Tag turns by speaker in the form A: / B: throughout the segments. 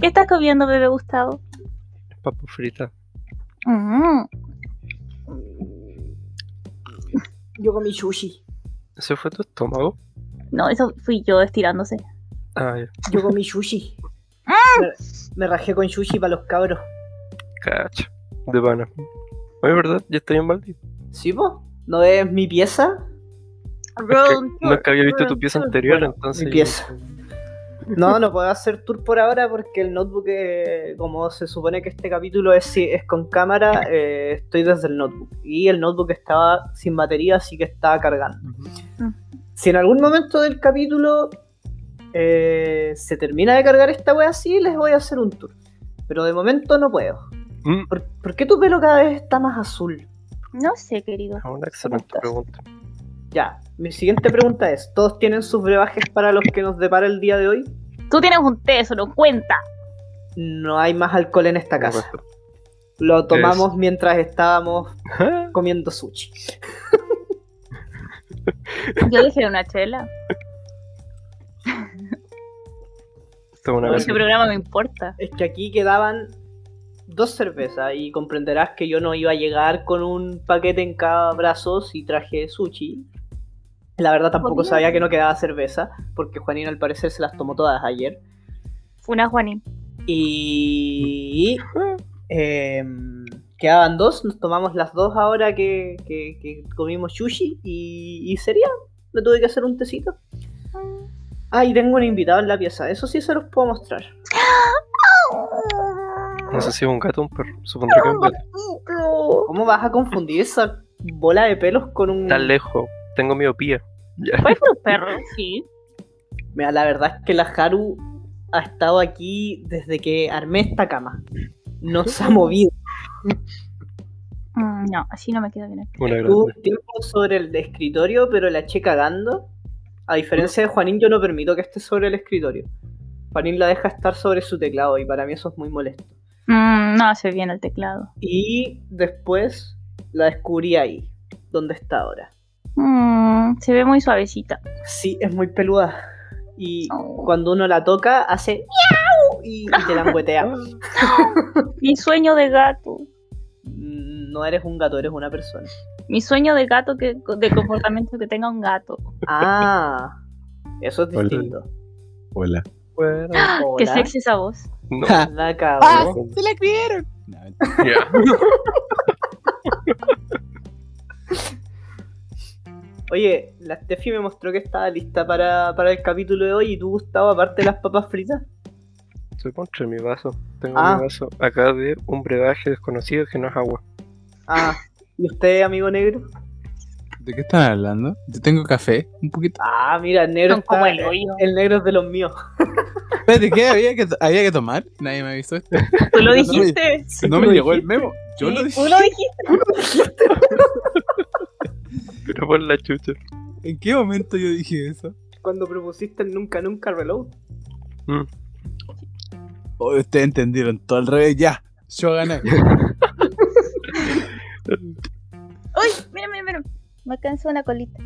A: ¿Qué estás comiendo, bebé Gustavo?
B: Papo frita.
A: Mm,
C: Yo comí sushi.
B: ¿Eso fue tu estómago?
A: No, eso fui yo estirándose.
B: Ah, ya.
C: Yo comí sushi. Me, me rajé con sushi para los cabros.
B: Cacha. De pana. Oye, ¿verdad? Ya estoy en Baldi.
C: ¿Sí, po? ¿No es mi pieza?
B: No es que había visto tu pieza anterior, entonces.
C: mi pieza. No, no puedo hacer tour por ahora porque el notebook, eh, como se supone que este capítulo es, si- es con cámara, eh, estoy desde el notebook. Y el notebook estaba sin batería, así que estaba cargando. Si en algún momento del capítulo eh, se termina de cargar esta wea así, les voy a hacer un tour. Pero de momento no puedo.
B: Mm,
C: ¿Por, por qué tu pelo cada vez está más azul?
A: No sé, querido.
B: es mm, una excelente
C: estás?
B: pregunta.
C: Ya, mi siguiente pregunta es, ¿todos tienen sus brebajes para los que nos depara el día de hoy?
A: Tú tienes un té, eso no cuenta.
C: No hay más alcohol en esta casa.
B: Correcto.
C: Lo tomamos mientras estábamos
B: Ajá.
C: comiendo sushi.
A: Yo dejé una chela.
B: Esto es una
C: No,
A: Ese
C: sí.
B: gran-
A: programa me importa.
C: Es que aquí quedaban dos cervezas y comprenderás que yo no iba a llegar con un paquete en cada brazo si traje sushi. La verdad tampoco
A: Comida.
C: sabía que no quedaba cerveza, porque Juanina al parecer se las tomó todas ayer.
A: Fue una Juanín.
C: Y... em, quedaban dos, nos tomamos las dos ahora que, que- que comimos sushi y, y sería. Me tuve que hacer un tecito. Ah, y tengo un invitado en la pieza, eso sí se los puedo mostrar.
B: No sé si es un gato o un perro. Supondré que es un gato.
C: ¿Cómo vas a confundir esa bola de pelos con un.?
B: Está lejos. Tengo miopía. Ya.
A: Fue un perro, sí.
C: Mira, la verdad es que la Haru ha estado aquí desde que armé esta cama. No se ha movido.
A: Mm, no, así no me queda bien.
B: Una
C: Tuvo
B: grande.
C: un tiempo sobre el escritorio, pero la eché cagando. A diferencia de Juanín, yo no permito que esté sobre el escritorio. Juanín la deja estar sobre su teclado y para mí eso es muy molesto.
A: Mm, no hace bien el teclado.
C: Y después la descubrí ahí, donde está ahora.
A: Mm, se ve muy suavecita.
C: Sí, es muy peluda. Y
A: Oh.
C: cuando uno la toca, hace miau y, y te langüetea.
A: Mi sueño de gato.
C: No eres un gato, eres una persona.
A: Mi sueño de gato que, de comportamiento que tenga un gato.
C: Ah, eso es
D: Hola.
C: distinto.
D: Hola.
B: Bueno,
A: Qué
C: Hola.
A: sexy Ah, esa voz.
B: no.
C: Hola, cabrón.
D: se la creyeron.
B: Ya.
C: Oye, la Steffi me mostró que estaba lista para, para el capítulo de hoy y tú, Gustavo, aparte de las papas fritas.
B: Estoy contra mi vaso. Tengo
C: Ah.
B: mi vaso acá de un brebaje desconocido que no es agua.
C: Ah, ¿y usted, amigo negro?
D: ¿De qué están hablando? Yo tengo café, un poquito.
C: Ah, mira, el negro
A: Son como
C: está-
A: el hoyo.
C: el negro es de los míos.
D: Espérate, ¿qué había que, había que tomar? Nadie me avisó esto.
A: Tú lo
D: No, no,
A: dijiste.
D: No
C: tú
D: me
C: lo
D: llegó el
C: dijiste.
D: memo. Yo lo
A: Sí,
D: dije.
A: Tú lo dijiste.
B: Pero por la chucha.
D: ¿En qué momento yo dije eso?
C: Cuando propusiste el nunca nunca reloj.
D: Oh, ustedes entendieron todo al revés. Ya, yo gané.
A: Uy, mira, mira, mira. Me alcanzó una colita.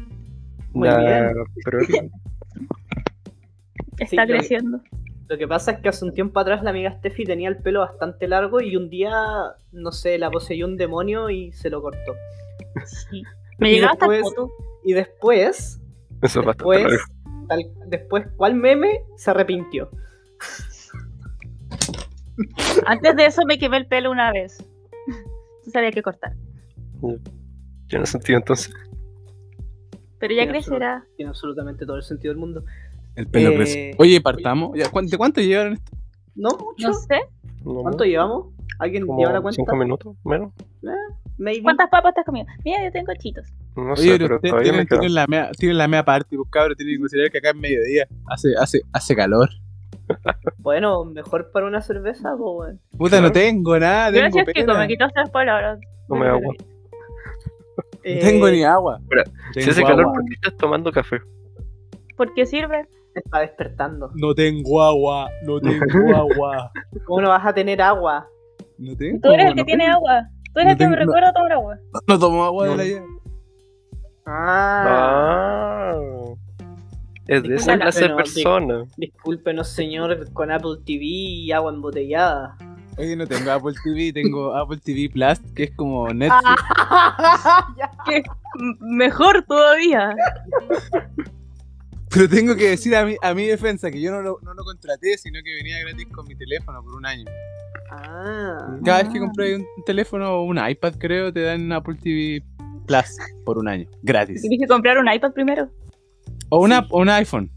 C: Muy bien.
B: pero es
C: Sí,
A: Está
C: lo que-
A: creciendo.
C: Lo que pasa es que hace un tiempo atrás la amiga Steffi tenía el pelo bastante largo y un día, no sé, la poseyó un demonio y se lo cortó.
A: Sí. Me
C: Y
A: llegaba hasta el
C: después-
A: foto.
C: Y después,
B: eso es bastante
C: después,
B: largo.
C: tal- después, ¿cuál meme se arrepintió?
A: Antes de eso me quemé el pelo una vez. Entonces había que cortar.
B: Tiene sentido entonces.
A: Pero ya
C: Sí,
A: crecerá.
C: Tiene absolutamente todo el sentido del mundo.
D: El pelo
C: Eh,
D: preso. Oye, partamos. Ya, ¿cu- ¿De cuánto llevaron esto?
C: No mucho.
A: No sé.
B: No,
C: ¿Cuánto llevamos? ¿Alguien
B: Como
C: lleva la cuenta?
B: ¿Cinco minutos? Menos.
C: Maybe.
A: ¿Cuántas papas te has comido? Mira, yo tengo chitos.
B: No
D: Oye,
B: sé,
D: pero
B: pero
D: ustedes
B: todavía me
D: tienen,
B: quedan.
D: tienen la mea, tienen la mea party, pues cabros, tienen que considerar que acá es mediodía. Hace, hace, hace calor.
C: Bueno, mejor para una cerveza, po, weón.
D: Puta,
B: Claro.
D: no tengo nada, tengo
A: Gracias, Kiko.
D: pena.
A: Me quitó tres palabras.
B: Tome agua.
D: No tengo
C: Eh,
A: Eh,
D: ni agua.
B: Espera, Si hace
D: Tengo
B: calor,
D: agua.
B: ¿por qué estás tomando café?
A: ¿Por qué sirve?
C: Te está despertando.
D: No tengo agua, no tengo agua.
C: ¿Cómo no vas a tener agua?
D: No tengo
A: Tú eres el
D: no
A: que tiene
D: tengo.
A: agua. Tú eres
D: No
A: el que me
D: tengo- no.
A: recuerda tomar agua.
D: No tomo agua de
B: No.
A: Ah.
D: la llave.
C: Ah.
B: Ah. Es de esa
A: Disculpa,
B: clase de
C: no, sí.
B: persona.
C: Discúlpenos, señor, con Apple TV y agua embotellada.
D: Oye, no tengo Apple TV, tengo Apple TV Plus, que es como Netflix.
A: Ah. M- Mejor todavía.
D: Pero tengo que decir a mi, a mi defensa que yo no lo, no lo contraté, sino que venía gratis con mi teléfono por un año.
C: Ah,
D: Cada vez que
A: Ah.
D: compré un teléfono o un iPad, creo, te dan Apple TV Plus por un año, gratis.
A: Tienes que comprar un iPad primero.
D: O, una, o un iPhone.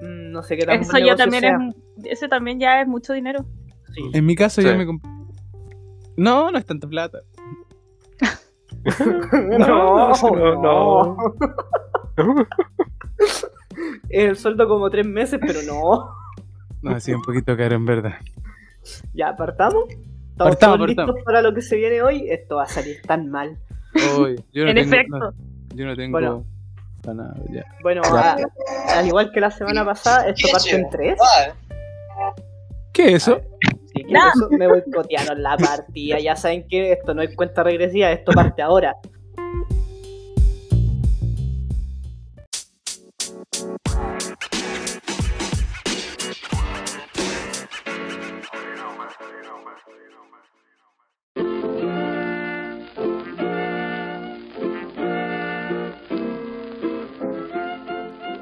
C: mm, no sé qué tan
A: Eso
C: buen
A: ya
C: negocio
A: también
C: sea.
A: es. Ese también ya es mucho dinero.
C: Sí.
D: En mi caso, yo
B: Sí.
D: me compré. No, no es tanta plata.
B: No, no, no.
C: El sueldo como tres meses, pero no.
D: No, sí, un poquito caro, en verdad.
C: Ya, partamos. Estamos
D: Partamos,
C: todos
D: partamos.
C: listos para lo que se viene hoy. Esto va a salir tan mal.
D: Oy, yo no
A: en
D: tengo,
A: efecto.
D: no, yo no tengo.
C: Bueno.
D: para nada, ya.
C: Bueno,
D: Ya.
C: a- al igual que la semana pasada, esto parte en tres.
D: ¿Qué es eso?
C: Así que
A: No.
C: eso me boicotearon la partida. Ya saben que esto no es cuenta regresiva, esto parte ahora.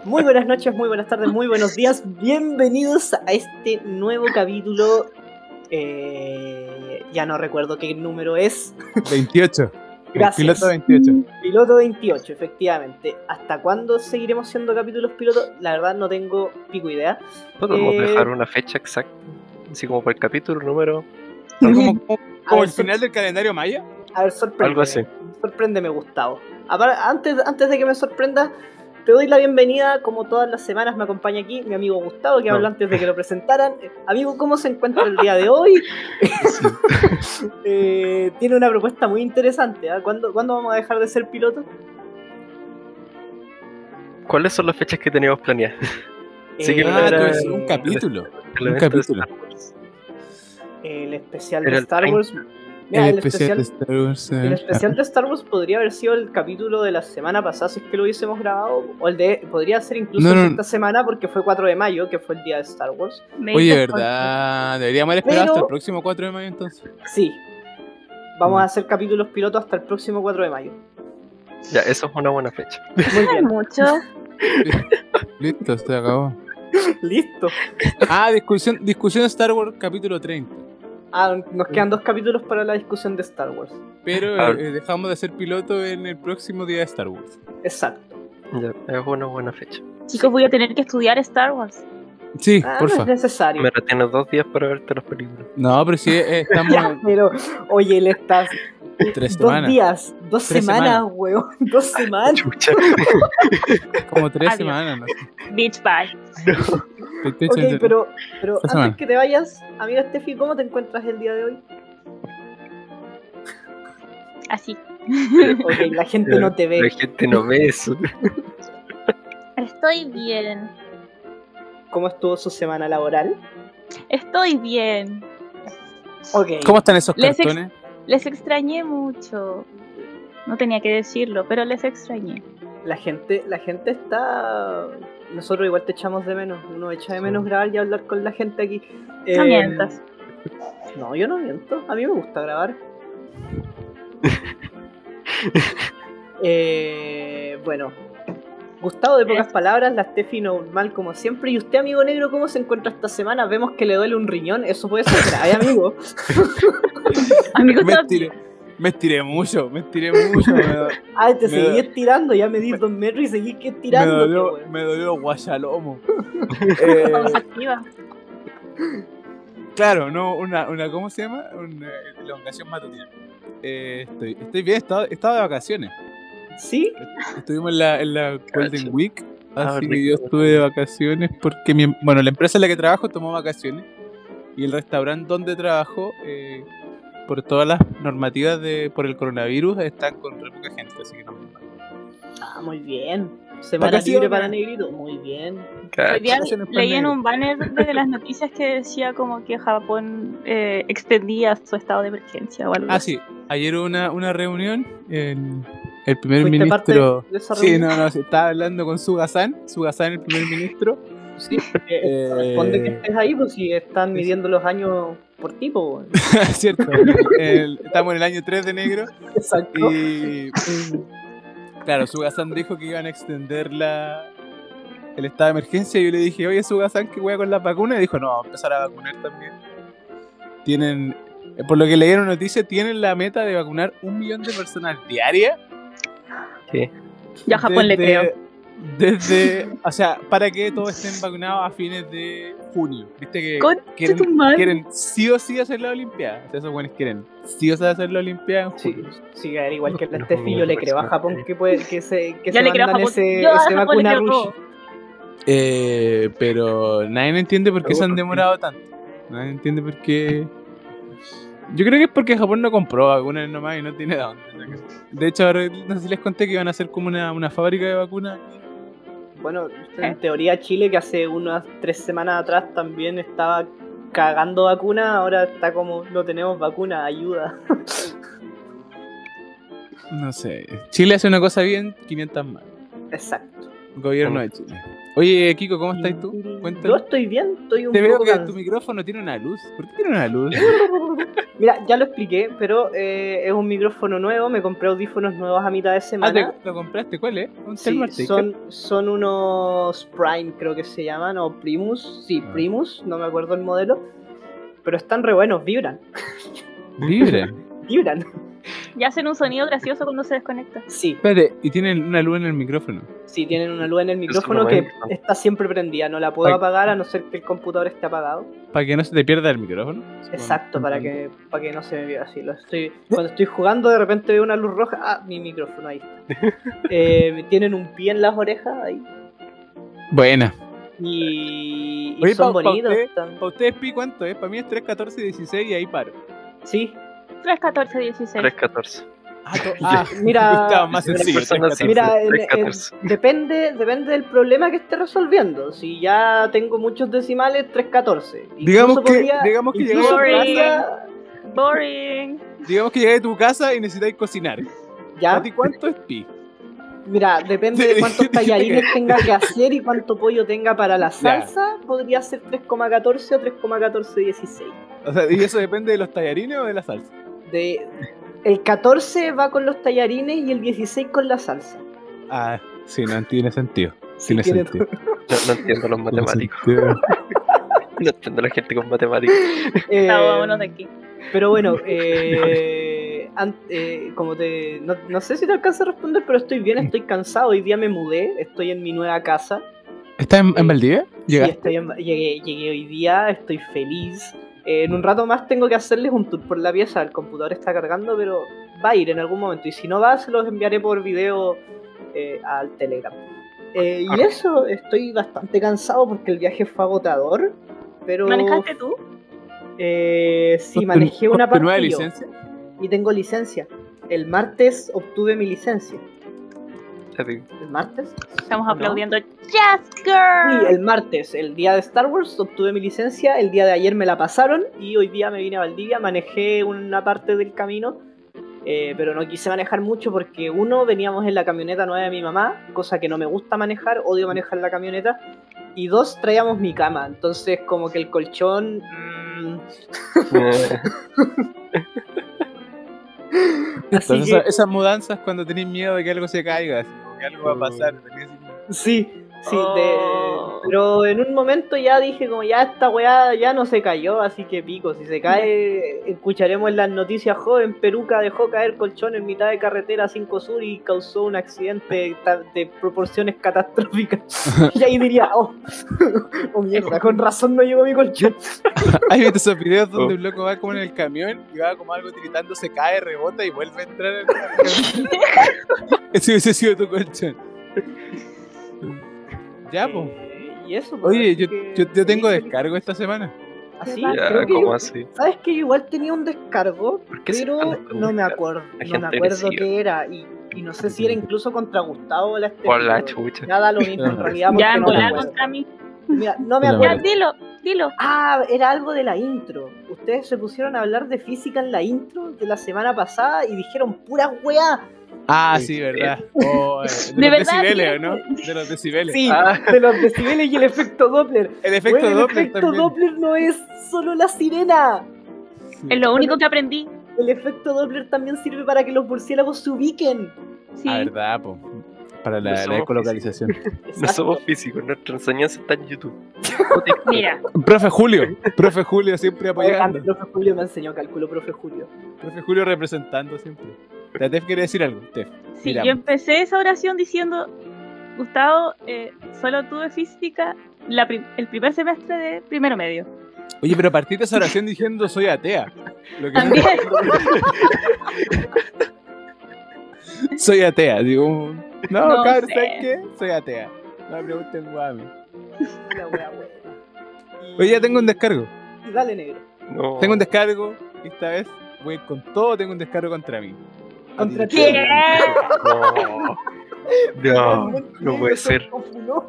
C: Muy buenas noches, muy buenas tardes, muy buenos días. Bienvenidos a este nuevo capítulo. Eh, ya no recuerdo qué número es.
D: 28.
C: Gracias.
D: El piloto 28.
C: Piloto 28, efectivamente. ¿Hasta cuándo seguiremos siendo capítulos piloto? La verdad no tengo pico idea.
B: Podemos
C: Eh,
B: dejar una fecha exacta, así como para el capítulo, número,
D: Como, como- como
C: A
D: el
C: ver,
D: final del calendario maya.
C: A ver, sorpréndeme.
B: Algo así.
C: Sorpréndeme, Gustavo. Apar- Antes, antes de que me sorprenda, te doy la bienvenida. Como todas las semanas me acompaña aquí mi amigo Gustavo, que
B: No.
C: habló antes de que lo presentaran. Eh, Amigo, ¿cómo se encuentra el día de hoy? Eh, tiene una propuesta muy interesante. ¿ah? ¿Cuándo, cuándo vamos a dejar de ser piloto?
B: ¿Cuáles son las fechas que teníamos planeadas? Sí, que
C: Eh,
B: no
D: Ah,
B: era-
D: tú decís un capítulo.
B: El
D: Un
B: evento de
D: capítulo.
B: Star Wars.
C: El especial
B: Era
C: de
B: el
C: Star
B: 30.
C: Wars. Mira,
D: el especial de Star Wars. eh,
C: El especial de Star Wars podría haber sido el capítulo de la semana pasada si es que lo hubiésemos grabado, o el de, podría ser incluso
D: No,
C: el de
D: no.
C: esta semana porque fue 4 de mayo, que fue el día de Star Wars.
A: Me
D: Ah, Oye,
A: hice
D: ¿verdad? Deberíamos haber esperado
C: Pero-
D: hasta el próximo 4 de mayo entonces.
C: Sí, vamos
D: Mm.
C: a hacer capítulos pilotos hasta el próximo 4 de mayo.
B: Ya, eso es una buena fecha.
C: Muy
A: con-
C: bien,
A: mucho.
D: Listo, se acabó.
C: listo.
D: Ah, discusión, discusión Star Wars capítulo 30.
C: Ah, nos quedan dos capítulos para la discusión de Star Wars.
B: A
D: Pero
B: ver.
D: eh, dejamos de ser piloto en el próximo día de Star Wars.
C: Exacto.
B: Ya, es una buena fecha.
A: Chicos, voy a tener que estudiar Star Wars.
D: Sí,
C: Ah, no
D: porfa.
C: es necesario.
B: Mira, tienes dos días para verte las películas.
D: No, pero sí, eh, estamos
C: Pero, oye, le estás.
D: Tres
C: dos
D: semanas.
C: días, dos
D: Tres
C: semanas,
D: semanas.
C: weón, dos semanas.
B: Chucha.
D: como tres
A: Adiós.
D: semanas. No sé,
A: Beach Bye.
D: 28
C: Ok,
D: entre-
C: pero, pero antes
D: semana.
C: que te vayas, amiga Steffi, ¿cómo te encuentras el día de hoy?
A: Así.
C: Ok, la gente no te
B: La
C: ve.
B: gente no ve eso.
A: Estoy bien.
C: ¿Cómo estuvo su semana laboral?
A: Estoy bien.
C: Ok.
D: ¿Cómo están esos
A: Les ex-
D: cartones?
A: Les extrañé mucho. No tenía que decirlo, pero les extrañé.
C: La gente, la gente está. Nosotros igual te echamos de menos. Uno echa de menos grabar y hablar con la gente aquí. Eh,
A: No mientas.
C: No, yo no miento. A mí me gusta grabar. Eh, bueno. Gustavo de pocas palabras, la Steffi normal como siempre. ¿Y usted, amigo negro, cómo se encuentra esta semana? Vemos que le duele un riñón. Eso puede ser grave, amigo.
A: Amigo,
D: Me
A: está-
D: estiré, me estiré mucho, me estiré mucho. Me, do-
C: Ay, te
D: Me
C: seguí
D: da-
C: estirando. Ya me di dos metros y seguí que
D: me
C: estirando. pues,
D: dolió, me dolió guayalomo. Eh,
A: vamos activa.
D: claro, no, una, una, ¿cómo se llama? Una elongación matutina. Eh, estoy, estoy bien, estaba, estaba de vacaciones.
C: ¿Sí?
D: Estuvimos en la, en la Golden Week,
B: Ah,
D: así que
B: rico.
D: yo estuve de vacaciones porque mi, bueno, la empresa en la que trabajo tomó vacaciones y el restaurante donde trabajo, eh, por todas las normativas de por el coronavirus, están con re poca gente, así que no me
C: Ah, muy bien. Semana
D: Vacaciones.
C: libre para negrito. Muy bien.
D: Ah,
A: Hoy día
D: Gracias, nos fue
A: leí en
D: negro.
A: un banner de las noticias que decía como que Japón eh, extendía su estado de emergencia o algo
D: Ah,
A: así.
D: sí. Ayer hubo una, una reunión en, El primer
C: ¿Fuiste parte
D: ministro.
C: de esa
D: Sí,
C: reunión?
D: no, no, se estaba hablando con Sugasan, Sugasan el primer ministro.
C: Sí, eh, corresponde que estés ahí, pues si están midiendo los años por tipo, weón.
D: Eh, Cierto. El- estamos en el año 3 de negro.
C: Exacto.
D: Y. Claro, Sugasan dijo que iban a extender la. El estado de emergencia, y yo le dije, oye, Sugasan, ¿qué hueá con las vacunas? Y dijo, no, vamos a empezar a vacunar también. Tienen, eh, por lo que leyeron noticias, tienen la meta de vacunar un millón de personas diarias
A: Yo a Japón le
D: desde-
A: creo.
D: Desde, o sea, para que todos estén vacunados a fines de junio. Viste que
A: Concha tu
D: quieren,
A: madre.
D: quieren sí o sí hacer la Olimpiada. O sea, esos buenos quieren sí o sí hacer la Olimpiada en
C: Sí,
D: junio.
C: sí, a ver, igual que el
B: No,
C: Estefi, yo le
B: no,
C: creo a
B: no,
C: Japón
B: no.
C: que, puede, que se,
A: Yo
C: que se
A: le creo a
C: mandan
A: Japón.
C: ese,
A: Yo a
C: ese
A: Japón le
C: vacuna
A: creo
C: rush.
A: todo.
D: Eh, pero nadie entiende por qué se han demorado tanto. Nadie entiende por qué. Yo creo que es porque Japón no compró vacunas nomás y no tiene de dónde. De hecho, ahora no sé si les conté que iban a hacer como una, una fábrica de vacunas.
C: Bueno, en teoría Chile, que hace unas tres semanas atrás también estaba cagando vacuna, ahora está como, no tenemos vacuna, ayuda.
D: No sé. Chile hace una cosa bien, 500 más.
C: Exacto.
D: Gobierno de Chile. Oye, Kiko, ¿cómo estás tú?
C: Yo
D: Cuéntanos.
C: estoy bien, estoy un
D: Te veo
C: poco
D: que tu
C: cansado.
D: micrófono tiene una luz. ¿Por qué tiene una luz?
C: Mira, ya lo expliqué, pero eh, es un micrófono nuevo, me compré audífonos nuevos a mitad de
D: Ah,
C: semana.
D: ¿te, ¿Lo compraste? ¿Cuál es? Un
C: Sí,
D: Telmark Taker.
C: son, son unos Prime, creo que se llaman, o Primus, sí,
D: Ah.
C: Primus, no me acuerdo el modelo, pero están re buenos, vibran,
D: Libre.
C: vibran,
A: Y hacen un sonido gracioso cuando se desconecta.
C: sí,
D: Espérate, y tienen una luz en el micrófono.
C: sí, tienen una luz en el
B: Eso no
C: micrófono
B: me
C: que
B: gusta.
C: está siempre prendida, no la puedo
D: Pa-
C: apagar a no ser que el computador esté apagado,
D: Para que no se te pierda el micrófono.
C: exacto, para que, para que no se me vea así, lo estoy, cuando estoy jugando de repente veo una luz roja, ah, mi micrófono, ahí está, Eh, tienen un pie en las orejas, ahí,
D: Buena.
C: y, y
D: Oye,
C: son
D: pa- pa'
C: bonitos,
D: usted-
C: están-
D: ¿Para ustedes pi cuánto es? Para mí es 3, 14, 16 y ahí paro.
A: 3, 14, 16.
B: 314.
D: Ah, to-
C: Ah, mira,
D: Estaba más
B: Las
D: sencillo.
B: personas
D: 3,
B: sí. pues,
D: 14.
C: Mira, en-
B: Tres
C: en-
B: catorce.
C: depende, depende del problema que esté resolviendo. Si ya tengo muchos decimales, 314. Incluso
D: Digamos que- digamos que
C: incluso
A: llegamos a tu
C: podría-
A: Boring.
D: Digamos que llegáis a tu casa y necesitáis cocinar. ¿Para
C: Ya,
D: ti cuánto es pi?
C: mira, depende de cuántos tallarines tenga que hacer y cuánto pollo tenga para la salsa, podría ser 3,14 o 3,1416.
D: O sea, ¿y eso depende de los tallarines o de la salsa?
C: De, el 14 va con los tallarines y el 16 con la salsa.
D: Ah, sí, no tiene sentido.
C: Si
D: Tiene
C: quiere-
D: sentido.
B: No, no entiendo los
D: Tiene
B: matemáticos.
D: sentido.
B: No entiendo la gente con matemáticas.
C: Eh,
A: No, vámonos de aquí.
C: Pero bueno, eh, an- eh, como te. No, no sé si te alcanza a responder, pero estoy bien, estoy cansado. Hoy día me mudé, estoy en mi nueva casa.
D: ¿Estás en, en Valdivia?
C: y
D: Llegaste.
C: estoy en- llegué, llegué hoy día, estoy feliz. Eh, en un rato más tengo que hacerles un tour por la pieza. El computador está cargando, pero va a ir en algún momento. Y si no va, se los enviaré por video eh, al Telegram. Eh, y eso, estoy bastante cansado porque el viaje fue agotador. Pero
A: ¿Manejaste tú?
C: eh, sí,
D: ¿Con tu-
C: manejé
D: con
C: una
D: tu
C: parte.
D: nueva
C: yo
D: licencia?
C: y tengo licencia. El martes obtuve mi licencia. ¿El martes?
A: Estamos
C: ¿No?
A: aplaudiendo. Yes,
C: Sí,
A: girl.
C: el martes, el día de Star Wars, obtuve mi licencia. El día de ayer me la pasaron y hoy día me vine a Valdivia. Manejé una parte del camino, eh, pero no quise manejar mucho porque, uno, veníamos en la camioneta nueva de mi mamá, cosa que no me gusta manejar, odio manejar la camioneta. Y dos, traíamos mi cama. Entonces, como que el colchón. mm, así
D: Entonces,
C: que-
D: esa- esas mudanzas cuando tenés miedo de que algo se caiga, así, como que "Ah". algo va a pasar. tenés así como-
C: Sí, sí, de-
A: Oh.
C: pero en un momento ya dije como ya esta weá ya no se cayó, así que pico, si se cae escucharemos en las noticias, joven Peruca dejó caer colchón en mitad de carretera 5 Sur y causó un accidente ta- de proporciones catastróficas. Y ahí diría, oh, oh mierda, con razón no llegó mi colchón.
D: ¿Has visto esos videos donde
B: Oh.
D: un loco va como en el camión y va como algo tiritando, se cae, rebota y vuelve a entrar en el camión? Ese hubiese sido tu colchón. Ya, pues.
C: Eh, y eso, pues,
D: Oye,
C: así
D: yo,
C: que
D: yo, yo tengo
C: feliz,
D: descargo esta semana.
C: Así,
A: Ya,
B: Ya,
C: creo que
B: ¿cómo
C: yo-
B: así?
C: Sabes que yo igual tenía un descargo,
B: qué se
C: pero
B: andan con
C: no me
B: descargo?
C: acuerdo.
B: Hay
C: No me
B: gente
C: acuerdo
B: agresiva.
C: qué era. Y, y no sé si era incluso contra Gustavo o la este.
B: Por la
C: pero
B: chucha.
C: Ya da lo mismo en
D: Ajá.
C: realidad.
A: Ya,
C: porque
A: en
C: no me
A: volar
C: acuerdo.
A: contra mí.
C: Mira, no me
D: No me
A: Ya,
C: acuerdo.
A: dilo, dilo.
C: Ah, era algo de la intro. Ustedes se pusieron a hablar de física en la intro de la semana pasada y dijeron pura weá.
D: Ah, sí, verdad. Oh, eh, de,
A: De
D: los
A: verdad,
D: decibeles,
A: sí.
D: ¿no? De los decibeles.
C: Sí,
B: Ah.
C: de los decibeles y el efecto Doppler.
D: El efecto
C: Weón, el
D: Doppler
C: efecto
D: también.
C: Doppler no es solo la sirena.
D: Sí.
A: Es lo único que aprendí.
C: El efecto Doppler también sirve para que los murciélagos se ubiquen.
A: Sí.
D: Ah, verdad, po. Para la,
B: No
D: la
B: somos
D: ecolocalización. Ah.
B: No somos físicos, nuestra enseñanza está en YouTube. No te-
A: Mira,
D: profe Julio, profe Julio
C: Oye,
D: siempre
C: a mí
D: apoyando.
C: el profe Julio me enseñó cálculo, profe Julio.
D: Profe Julio representando siempre. La Tef quiere decir algo, Tef.
A: si
D: Mira.
A: yo empecé esa oración diciendo, Gustavo, eh, solo tuve física la pri- el primer semestre de primero medio.
D: Oye, pero partiste esa oración diciendo soy atea. Lo que
A: También.
D: soy atea. Digo, no,
A: No
D: cabrón,
A: sé.
D: ¿sabes qué? Soy atea. No me pregunten guau a mí.
C: La wea, wea. Y-
D: Oye, ya tengo un descargo.
C: y Dale, negro.
B: No.
D: Tengo un descargo. Esta vez voy con todo, tengo un descargo contra mí.
C: Contra
D: Así
C: ti.
D: que-
A: ¿Qué?
B: No. No, Ah, no puede ser, no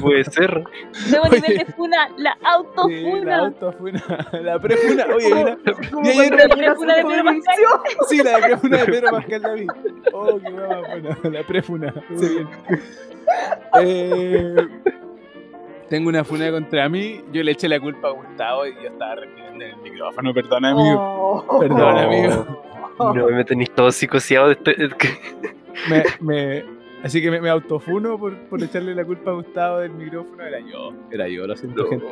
B: puede ser.
A: Nuevo
D: Oye.
A: nivel de funa, la
D: Sí, la
A: autofuna.
D: autofuna. La prefuna. Oye, mira. Y hay
A: cuando
D: otra-
A: te preguntan de Pedro Pascal.
D: Sí, la prefuna de Pedro Pascal David. Oh, qué hueá más buena. La prefuna. Sí, bien. Eh, tengo una funa contra mí. Yo le eché la culpa a Gustavo y yo estaba respirando en el micrófono. Perdón, amigo.
C: Oh.
D: Perdón,
B: No.
D: amigo.
B: No, me tenéis todo psicoseado. de este- es que-
D: Me, me- así que me, me autofuno por, por echarle la culpa a Gustavo del micrófono. Era yo. Era yo, lo siento,
B: No.
D: gente.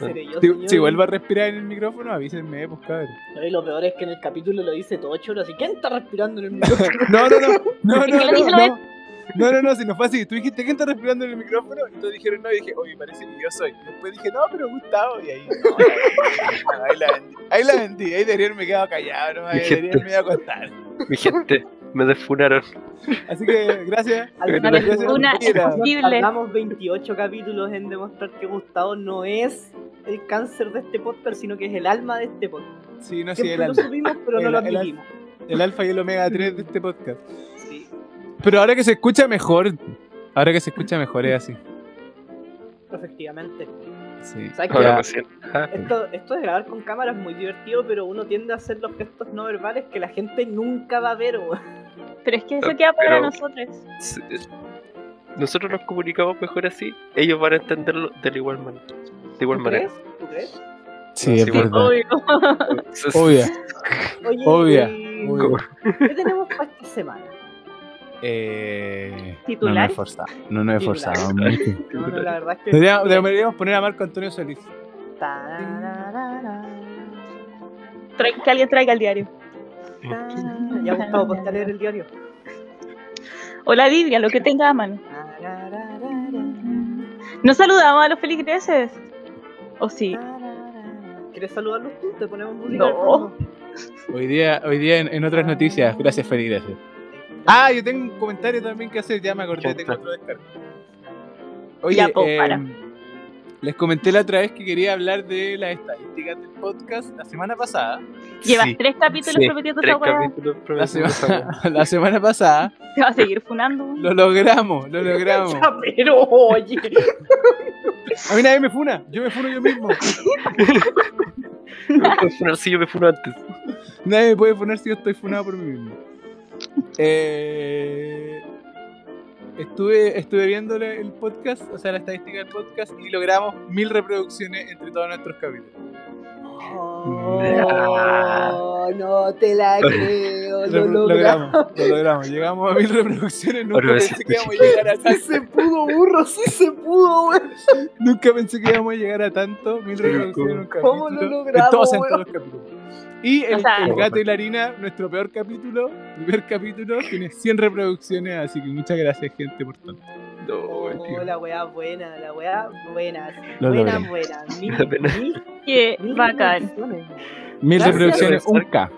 C: Seré yo,
D: Si,
C: señor.
D: si vuelvo a respirar en el micrófono, avísenme, pues cabrón.
C: No, y lo peor es que en el capítulo lo dice todo choro, así ¿quién está respirando en el micrófono?
D: No, no, no. No,
A: Es que
D: no,
A: lo
D: no.
A: dice lo
D: No, no, no, no, si no fue así. Tú dijiste, ¿quién está respirando en el micrófono? Y todos dijeron, no. Y dije, oye, parece que yo soy. Y después dije, no, pero Gustavo. Y ahí, no, ahí, la vendí. Ahí la vendí. Ahí debería haberme quedado callado, no, ahí debería haberme ido a contar.
B: Mi gente, me desfunaron.
D: Así que, gracias.
C: Al
B: Pero
C: final
D: es
C: como-
D: una
A: imposible.
C: Tardamos 28 capítulos en demostrar que Gustavo no es el cáncer de este podcast, sino que es el alma de este podcast.
D: Sí, no, sí, el
C: Siempre lo
D: alfa.
C: subimos, pero no
D: El-
C: lo
D: el-
C: admitimos.
D: El alfa y el omega 3 de este podcast.
C: Sí.
D: Pero ahora que se escucha mejor, ahora que se escucha mejor es así.
C: Efectivamente.
D: Sí.
C: ¿Sabes qué?
B: Ahora recién. Ajá.
C: Esto, esto de grabar con cámara es muy divertido, pero uno tiende a hacer los gestos no verbales que la gente nunca va a ver. weón.
A: Pero es que eso queda para
B: Pero-
A: nosotros.
B: Sí. eh, Nosotros nos comunicamos mejor así, ellos van a entenderlo de la igual manera. De igual
C: ¿Tú
B: manera.
C: crees? ¿Tú crees?
D: Sí, es
B: Sí,
D: verdad.
A: Obvio.
B: Entonces,
D: Obvio.
C: Oye,
D: Obvia,
C: y-
D: obvia.
C: ¿qué tenemos para esta semana?
D: Eh, No nos
A: ¿Titular?
D: esforzamos. No nos
C: Titular.
D: esforzamos mucho.
C: No, no, la verdad es que.
D: Deberíamos, deberíamos poner a Marco Antonio Solís.
C: Tararara,
A: Tra- Que alguien traiga el diario.
C: tararara. Ya Gustavo, ponte a leer el diario.
A: O la Biblia, lo que tenga a mano.
C: Tararara,
A: ¿No saludamos a los feligreses? ¿O sí?
C: tararara. ¿Quieres saludarlos tú? Te ponemos música.
A: No.
C: de fondo.
D: Hoy día, hoy día en, en otras noticias. Gracias, Feligreses. Ah, yo tengo un comentario también que hacer. Ya me acordé, tengo otro descargo. Oye,
A: Ya, po,
D: eh,
A: para.
D: les comenté la otra vez que quería hablar de las estadísticas del podcast la semana pasada.
A: Llevas
B: Sí,
A: tres capítulos
B: sí,
A: prometiendo
B: tres
A: esa weá.
B: capítulos
D: La
B: prometiendo esa
D: semana,
B: weá.
D: la semana pasada
A: Te va a seguir funando.
D: lo logramos, lo logramos.
C: Ya, pero oye.
D: A mí nadie me funa, yo me funo yo mismo.
B: No me puedo funar si yo me funo antes.
D: Nadie me puede poner si yo estoy funado por mí mismo. Eh, estuve, estuve viendo la- el podcast, o sea, la estadística del podcast, y logramos mil reproducciones entre todos nuestros capítulos.
C: Oh, no te la creo.
D: Lo-
C: Lo
D: lo
C: logramos.
D: lo logramos. Llegamos a mil reproducciones, nunca
B: Ahora me
D: pensé
B: siento
D: que íbamos a llegar a
C: Sí
D: tanto.
C: se pudo, burro. Sí se pudo, weón.
D: Nunca pensé que íbamos a llegar a tanto, mil
B: Sí,
D: reproducciones en un capítulo.
C: ¿cómo lo
D: En
C: logramos,
D: todos, en
C: weón?
D: todos los capítulos. Y el,
A: O sea-
D: el gato y la harina, nuestro peor capítulo, primer capítulo, tiene 100 reproducciones, así que muchas gracias, gente, por tanto.
B: No,
C: Oh,
B: mentira.
C: la weá buena, la weá buena.
D: Lo
C: buena,
D: logramos.
C: buena. Mil,
B: La pena.
C: mil,
A: Qué
C: mil
A: bacán.
C: reacciones.
D: Mil
C: Gracias.
D: reproducciones, un K.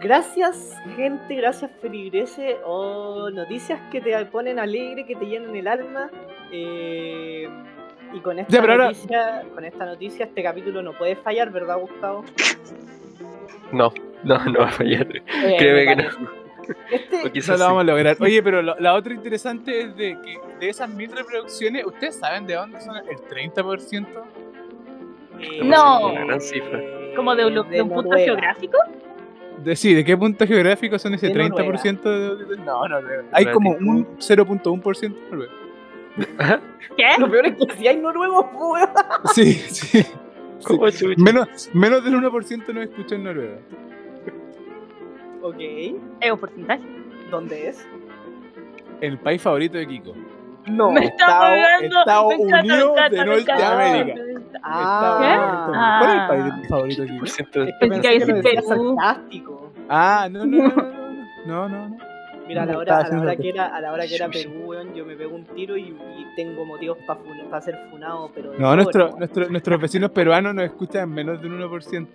C: Gracias, gente, gracias, Feligrese. Oh, noticias que te ponen alegre, que te llenan el alma. Eh, y con esta,
D: Ya, pero ahora-
C: noticia, con esta noticia, este capítulo no puede fallar, ¿verdad, Gustavo?
B: No, no, no va a fallar.
C: Eh,
B: Créeme que
C: me
B: no.
C: parece. Este,
B: O quizás
D: Eso lo
B: sí.
D: vamos a lograr. Oye, pero lo- la otra interesante es de que de esas mil reproducciones, ¿ustedes saben de dónde son el 30%?
C: eh,
A: No.
B: Una gran cifra.
A: Como de un, de un punto
C: Noruega.
A: geográfico.
D: De, sí, ¿de qué punto geográfico son ese
C: De
D: 30%? De, de- no, no, no. Hay como un 0.1% de Noruega.
A: ¿Qué?
C: Lo peor es que si hay noruegos, po, weón.
D: Sí, sí.
B: ¿Cómo chucha?
D: Menos, menos del 1% no escucha en Noruega.
C: Ok.
A: Es un porcentaje.
C: ¿Dónde es?
D: El país favorito de Kiko.
C: No.
A: Me está pagando.
D: Estados
A: me encanta, me
D: Unidos
A: encanta,
D: de
A: me encanta,
D: Norteamérica.
A: me encanta.
C: Ah,
D: Estaba- ¿Cuál es el país favorito de Kiko?
B: 100% de-
A: Pensé que
C: me
A: decir
C: decía
A: Perú.
C: sarcástico.
D: Ah, no, no, no, no, no, no, no.
C: Mira, a la
D: No,
C: hora,
D: estaba
C: a la hora
D: haciendo
C: que era, a la hora que era
D: Sí, sí.
C: Perú, weón, yo me pego un tiro y, y tengo motivos para ser funado, pero de
D: No,
C: sobra,
D: nuestro-
C: weón.
D: nuestro- nuestros vecinos peruanos nos escuchan menos del 1%.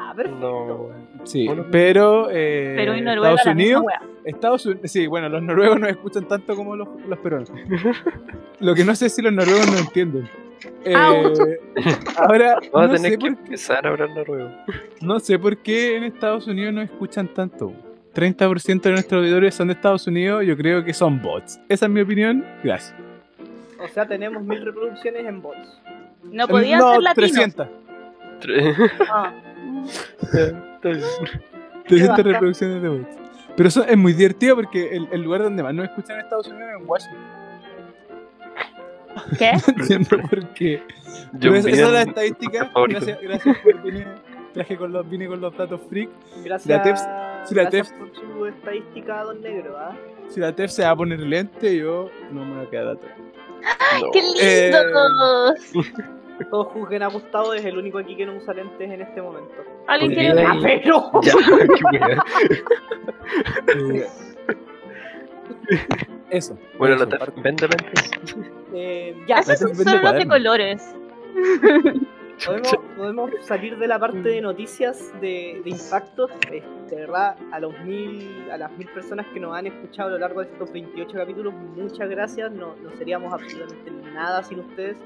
C: Ah, perfecto.
B: No.
D: Sí,
B: Bueno.
D: pero, eh,
A: Perú y Noruega.
D: Estados
A: la misma
D: Unidos,
A: wea.
D: Estados Unidos, sí, bueno, los noruegos no escuchan tanto como los, los peruanos. Lo que no sé es si los noruegos no entienden. Eh,
A: Ouch.
D: ahora,
B: Vamos a
D: no
B: tener
D: sé,
B: que
D: por,
B: empezar a hablar noruego.
D: no sé por qué en Estados Unidos no escuchan tanto. 30% de nuestros auditores son de Estados Unidos, yo creo que son bots. Esa es mi opinión, gracias.
C: O sea, tenemos mil reproducciones en bots.
A: No podían
D: no,
A: ser latinos.
D: 300.
C: Ah,
B: Entonces,
D: 300
C: bacán.
D: reproducciones de bots. Pero eso es muy divertido porque el, el lugar donde más nos escuchan en Estados Unidos es en Washington.
A: ¿Qué?
D: No entiendo por qué.
B: Yo
D: Pero esa, esa es la
B: vi-
D: estadística.
B: favorito.
D: Gracias, gracias por venir. Traje con los, vine con los datos freak.
C: gracias.
D: La Tefs- sí, la
C: gracias por su estadística, don negro, ¿ah?
D: Si la TEF se va a poner lente, yo no me voy a quedar atrás.
C: Ah,
B: no.
A: ¡Qué
D: Eh,
A: lindos!
C: Todos juzguen a Gustavo, es el único aquí que no usa lentes en este momento. ¡Ah,
A: ¿Alguien
B: porque
A: quiere
B: de
A: una?
B: ahí-
C: pero!
B: Ya, qué wea.
D: Eh, eso.
B: Bueno,
D: Eso,
B: la E tarde.
D: parte.
B: Vende lentes.
C: Eh,
A: Ah,
C: ya,
A: Esos son
D: Vende
A: solo los de
D: cuadernos.
A: colores.
C: podemos, podemos salir de la parte
D: Mm.
C: de noticias de, de impactos. Este, de verdad, a, los mil, a las mil personas que nos han escuchado a lo largo de estos 28 capítulos, muchas gracias. No, no seríamos absolutamente nada sin ustedes.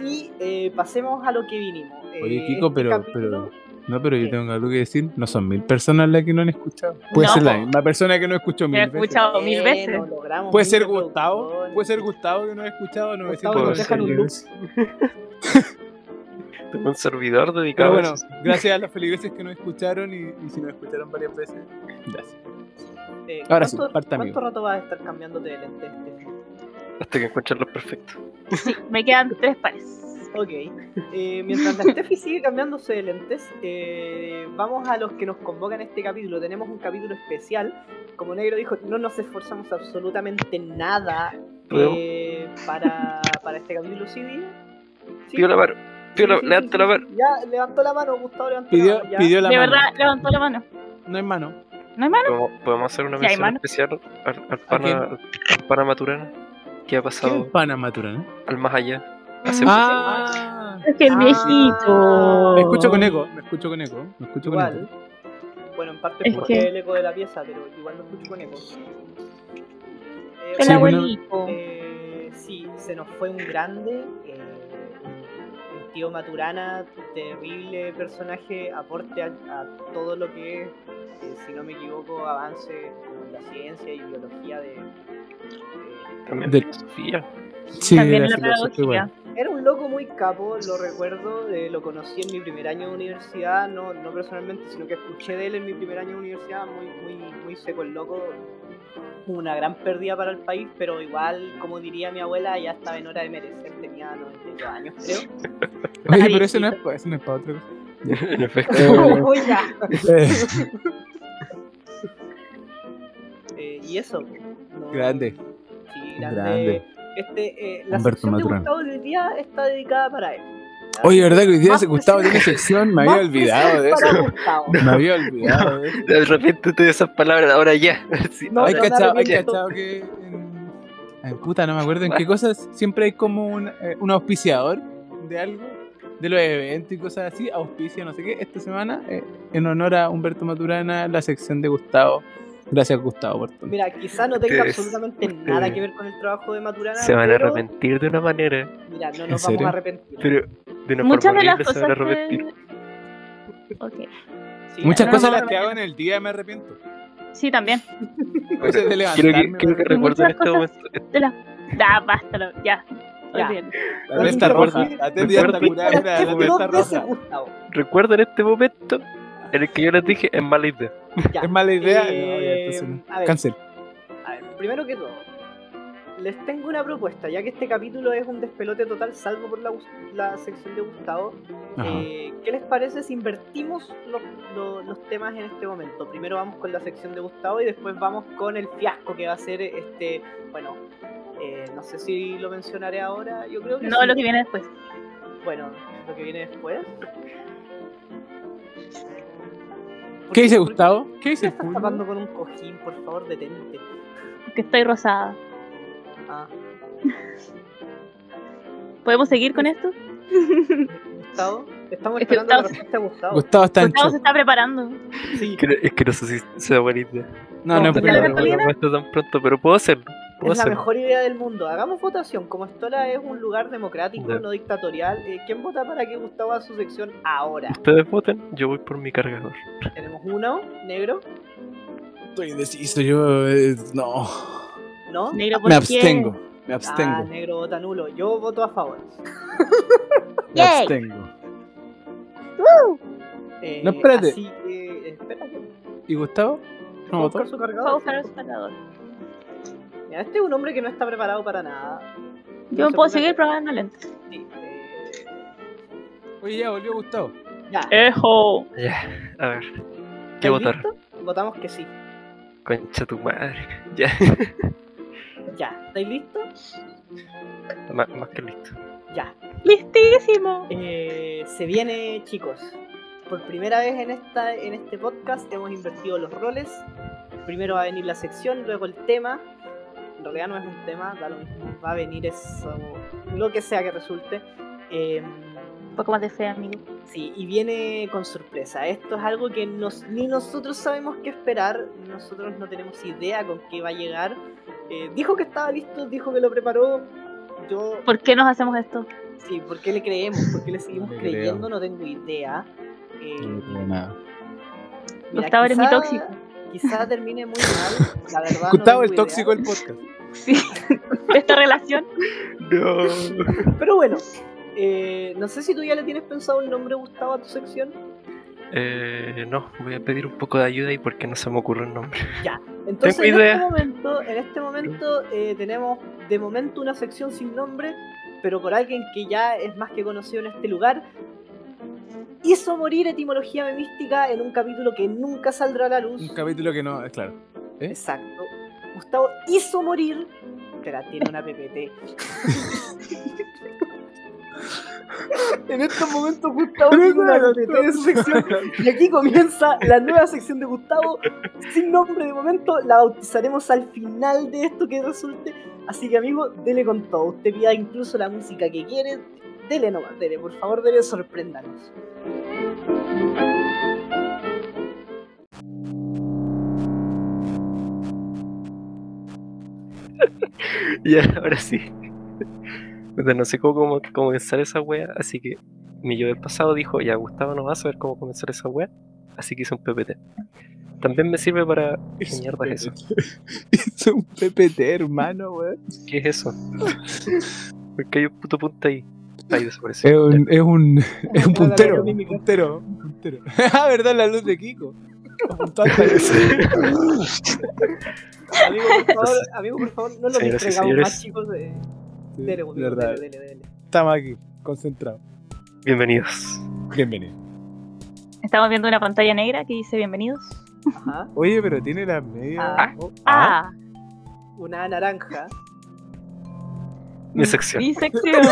C: Y eh, pasemos a lo que vinimos.
D: Oye,
C: Eh,
D: Kiko,
C: este
D: pero-
C: capítulo-
D: No, pero yo
C: ¿Qué?
D: tengo algo que decir. No son mil personas las que no han escuchado. Puede
A: No,
D: ser la
A: po.
D: misma persona que no escuchó
A: Me
D: mil
A: ha
D: veces.
A: escuchado mil
C: Eh,
A: veces.
C: no logramos
D: Puede
C: mil
D: ser Gustavo.
C: reproducciones.
D: Puede ser Gustavo que no ha escuchado. No
C: Gustavo,
B: nos dejan un
D: veces.
B: Tengo un servidor
D: Pero
B: dedicado
D: bueno,
B: a eso.
D: gracias a los feligreses que nos escucharon y, y si nos escucharon varias veces. Gracias.
C: Eh,
D: Ahora sí,
C: ¿cuánto-
D: parta, amigo.
C: ¿Cuánto rato vas a estar cambiándote de lente? Este?
B: hasta que encuentren los perfectos.
A: Sí, me quedan tres pares.
C: Ok. Eh, mientras la Steffi sigue cambiándose de lentes, eh, vamos a los que nos convocan este capítulo. Tenemos un capítulo especial. Como Negro dijo, no nos esforzamos absolutamente nada
B: Podemos-
C: eh, para, para este capítulo. ¿Sí, Diego? ¿Sí?
B: Pido la mano. Pido la,
C: Sí, sí,
B: levanta
C: sí,
B: la
C: sí.
B: mano.
C: Ya, levantó la mano, Gustavo levantó la
D: Pidió,
C: mano. ya.
D: pidió la
A: de
D: mano.
A: verdad, levantó la mano.
D: No hay mano.
A: ¿No hay mano?
B: ¿Podemos, podemos hacer una
A: Sí, hay
B: mención
A: mano.
B: especial al, al,
D: quién?
B: pana, al pana Maturana que ha
D: ¿Qué es
B: pasado
D: Panamá, Turana?
B: al más allá.
A: Mm.
B: Hace
D: Ah,
A: Es que el
C: Ah.
A: viejito.
D: me escucho con eco, me escucho con eco, me escucho con
C: Igual.
D: eco.
C: Bueno, en parte
A: Es
C: porque
A: que-
C: el eco de la pieza, pero igual no escucho con eco. Eh,
A: El
D: Sí,
C: bueno,
A: abuelito.
C: eh, sí, se nos fue un grande. eh, un tío Maturana, terrible personaje, aporte a, a todo lo que es, eh, si no me equivoco, avance como en la ciencia y biología de. de-
B: También
D: Del-
B: filosofía.
D: Sí,
A: También
D: la
A: la
D: filosofía,
A: pedagogía.
C: Era un loco muy capo, lo recuerdo, eh, lo conocí en mi primer año de universidad, no, no personalmente, sino que escuché de él en mi primer año de universidad, muy, muy, muy seco el loco, una gran pérdida para el país, pero igual, como diría mi abuela, ya estaba en hora de merecer, tenía 92 años creo.
D: Oye,
A: Está
D: pero eso no es
A: viejito.
D: para, eso no es para otra cosa.
B: En efecto.
D: Eh,
C: Uy, ya.
D: eh,
C: Eh, y eso. no-
D: Grande.
C: Sí, grande.
D: Grande.
C: Este, eh, la
D: Humberto
C: sección de
D: Maturana.
C: Gustavo de hoy día está dedicada para él.
D: Oye, ¿verdad que hoy día
C: Más
D: se Gustavo tiene sección? Me había
C: Más
D: olvidado de eso.
C: para Gustavo.
D: Me había olvidado de eso.
B: De repente te esas palabras, ahora ya. Sí,
C: No,
D: hay
C: no,
D: cachado, hay
C: arrepiento.
D: cachado que en, en puta, no me acuerdo en qué cosas siempre hay como un, eh, un auspiciador de algo, de los eventos y cosas así, auspicia no sé qué. Esta semana, eh, en honor a Humberto Maturana, la sección de Gustavo. Gracias, Gustavo, por todo.
C: Mira, quizá no tenga
B: Ustedes-
C: absolutamente nada
B: ustedes.
C: que ver con el trabajo de Maturana.
B: Se van a
C: pero,
B: arrepentir de una manera,
C: Mira, no
D: ¿En
C: nos vamos
D: serio?
C: a arrepentir.
B: pero de una
A: Muchas
B: forma
A: de las
B: horrible se
A: cosas
B: van a arrepentir.
A: que... Ok.
C: Sí,
D: Muchas
A: no,
D: cosas
A: no,
D: las
A: no,
D: que
A: no.
D: hago en el día me arrepiento.
A: Sí, también.
D: Cosas de
B: Quiero que, quiero
D: levantarme,
B: que
D: me arrepiento.
B: recuerden en este
A: cosas-
B: momento.
A: De las... Da, basta. lo- Ya.
C: Ya.
A: Olvídalo.
D: La testa
C: Recuerda-
D: roja, la testa
B: recuerda-
D: curada, mira, la
C: Dos
D: testa
C: veces,
D: roja.
C: Gustavo.
B: Recuerden este momento en el que yo les dije es mala idea.
C: Ya.
D: Es mala idea. no, ya,
C: Eh,
D: entonces no.
C: a ver.
D: Cancel.
C: A ver, primero que todo, les tengo una propuesta, ya que este capítulo es un despelote total, salvo por la, Gus- la sección de Gustavo.
D: Ajá.
C: eh, ¿Qué les parece si invertimos los, los- los temas en este momento? Primero vamos con la sección de Gustavo y después vamos con el fiasco que va a ser este. Bueno, eh, no sé si lo mencionaré ahora, yo creo que.
A: No,
C: sí.
A: lo que viene después.
C: Bueno, lo que viene después.
D: ¿Qué dice
C: ¿Por
D: Gustavo? ¿Qué
C: ¿Qué te
D: dice el
C: estás
D: público?
C: tapando con un cojín? Por favor, detente.
A: Porque estoy rosada.
C: Ah.
A: ¿Podemos seguir con esto?
C: Gustavo, estamos
A: Es que
C: esperando
A: Gustavo-
C: la respuesta de Gustavo.
D: Gustavo está en
A: Gustavo se
D: shock.
A: está preparando.
C: Sí.
B: Que no- es que no sé si sea buena idea.
D: No, Ah, no,
C: No,
D: es
C: pero
D: muy
A: la
D: largo.
A: Catalina-
B: No está tan pronto, pero puedo hacerlo. Puedo
C: Es la
B: hacerlo.
C: mejor idea del mundo. Hagamos votación. Como Estola es un lugar democrático,
B: Ya.
C: no dictatorial, eh, ¿quién vota para que Gustavo haga su sección ahora?
B: Ustedes voten, yo voy por mi cargador.
C: Tenemos uno, negro,
D: Estoy indeciso, yo. eh, no.
C: ¿no?
A: Negro, ¿por
D: Me
A: qué?
D: abstengo. Me
C: Ah,
D: abstengo.
C: negro vota nulo. Yo voto a favor.
D: Me
A: Yay.
D: abstengo.
C: Eh,
D: No, espérate.
C: Así que, espera que
D: ¿Y Gustavo?
C: ¿fue
D: ¿No
C: a
D: votó?
C: buscar su
A: Vamos a
C: cargador.
A: buscar al sacador.
C: Mira, este es un hombre que no está preparado para nada.
A: Yo
C: No
A: puedo
C: se puede-
A: seguir probando lentes.
C: Sí, eh,
D: Oye, ya volvió Gustavo.
C: Ya.
A: ¡Ejo!
B: Ya, a ver. ¿Qué
C: ¿estáis
B: votar?
C: listos? Votamos que sí.
B: Concha tu madre. Ya,
C: Ya. ¿Estáis listos?
B: má- más que listo.
C: Ya.
A: ¡Listísimo!
C: Eh, se viene, chicos. Por primera vez en, esta, en este podcast hemos invertido los roles. Primero va a venir la sección, luego el tema. En realidad no es un tema, da lo mismo. Va a venir eso, lo que sea que resulte. Eh,
A: Un poco más de fe, amigo.
C: sí, y viene con sorpresa. Esto es algo que nos, ni nosotros sabemos qué esperar. Nosotros no tenemos idea con qué va a llegar. Eh, dijo que estaba listo, dijo que lo preparó. Yo
A: ¿Por qué nos hacemos esto?
C: Sí, ¿por qué le creemos? ¿Por qué le seguimos
D: le creo. Mm.
C: creyendo? No tengo idea. Eh,
D: nada.
C: mira,
A: Gustavo, eres mi
C: quizá-
A: tóxico.
C: Quizá termine muy mal, la verdad. no
D: Gustavo, el
C: tengo
D: tóxico del
C: idea.
D: podcast.
A: Sí, de esta relación.
B: No.
C: Pero bueno, eh, no sé si tú ya le tienes pensado un nombre, Gustavo, a tu sección.
B: Eh, no, voy a pedir un poco de ayuda y porque no se me ocurre el nombre.
C: Entonces,
B: Tengo
C: en,
B: idea.
C: este momento, en este momento eh, tenemos de momento una sección sin nombre, pero por alguien que ya es más que conocido en este lugar. Hizo morir etimología memística en un capítulo que nunca saldrá a la luz.
D: Un capítulo que no. eh, Claro. ¿Eh?
C: Exacto. Gustavo hizo morir. Espera, tiene una PPT. en estos momentos Gustavo tiene una PPT de su sección. Y aquí comienza la nueva sección de Gustavo. Sin nombre de momento, la bautizaremos al final de esto que resulte. Así que amigo, dele con todo. Usted pida incluso la música que quiere. Dele nomás, dele. Por favor, dele, sorpréndanos.
B: Ya, ahora sí. Puta, no sé cómo, cómo comenzar esa wea, así que mi yo del pasado dijo, ya Gustavo no va a saber cómo comenzar esa wea, así que hice un PPT. También me sirve para... ¿Qué mierda es eso?
D: Es un PPT, hermano, weón.
B: ¿Qué es eso? Porque hay un puto punto ahí. Ahí desapareció.
D: Es un, es un, es un
C: Ahora la
D: puntero. Un
C: mímica.
D: puntero. Un puntero. Ah, ¿verdad? La luz de Kiko. Apuntó hasta ahí.
C: Amigo, por favor, amigo, por favor no lo
B: Señoras y
C: distraigamos más,
B: señores.
C: chicos. eh,
D: Sí,
C: Dele, amigo,
D: verdad.
C: dele, dele, dele.
D: Estamos aquí, concentrados.
B: Bienvenidos.
D: Bienvenido.
A: Estamos viendo una pantalla negra que dice bienvenidos.
C: Ajá.
D: Oye, pero tiene las medias.
C: Ah, o-
D: Ah.
A: Ah,
C: una naranja.
B: Mi sección.
A: mi sección.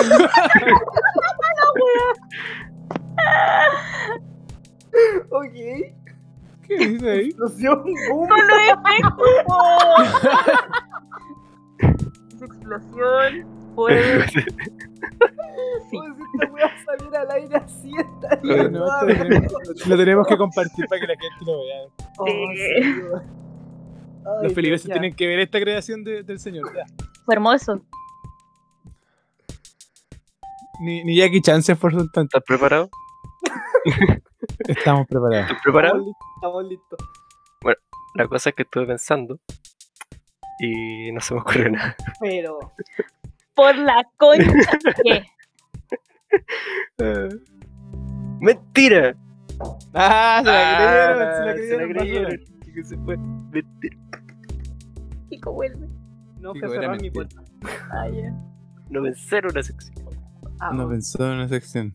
C: Ok.
D: ¿Qué dice ahí?
C: Explosión, boom.
A: Con los efectos. Explosión, fuego. Sí.
C: Pues esta weá salir al aire así está
D: Lo,
C: bien,
D: no,
C: ah,
D: esto lo tenemos, lo tenemos que compartir para que la gente lo vea.
C: oh,
A: Sí.
C: sí, weón. Ay,
D: Los feligreses
C: ya.
D: tienen que ver esta creación de- del señor. ya.
A: Fue hermoso.
D: Ni, ni Jackie Chan se esforzan tanto.
B: ¿Estás preparado?
D: Estamos preparados.
B: ¿Estás preparado?
C: Estamos listos, Estamos listos.
B: La cosa es que estuve pensando y no se me ocurrió nada.
C: Pero.
A: Por la concha. ¿Qué?
B: Eh, ¡Mentira!
D: Ah, se
B: Ah,
D: la creyeron, se la creyeron. basura.
B: creyeron, chico, se fue. Mentira.
A: Chico, vuelve.
C: No
D: Digo,
C: fue
D: era
C: cerrar mi
D: mentira.
C: puerta.
A: Ah, ya.
B: No vencer una sección.
C: Ah,
D: No pensó en una sección.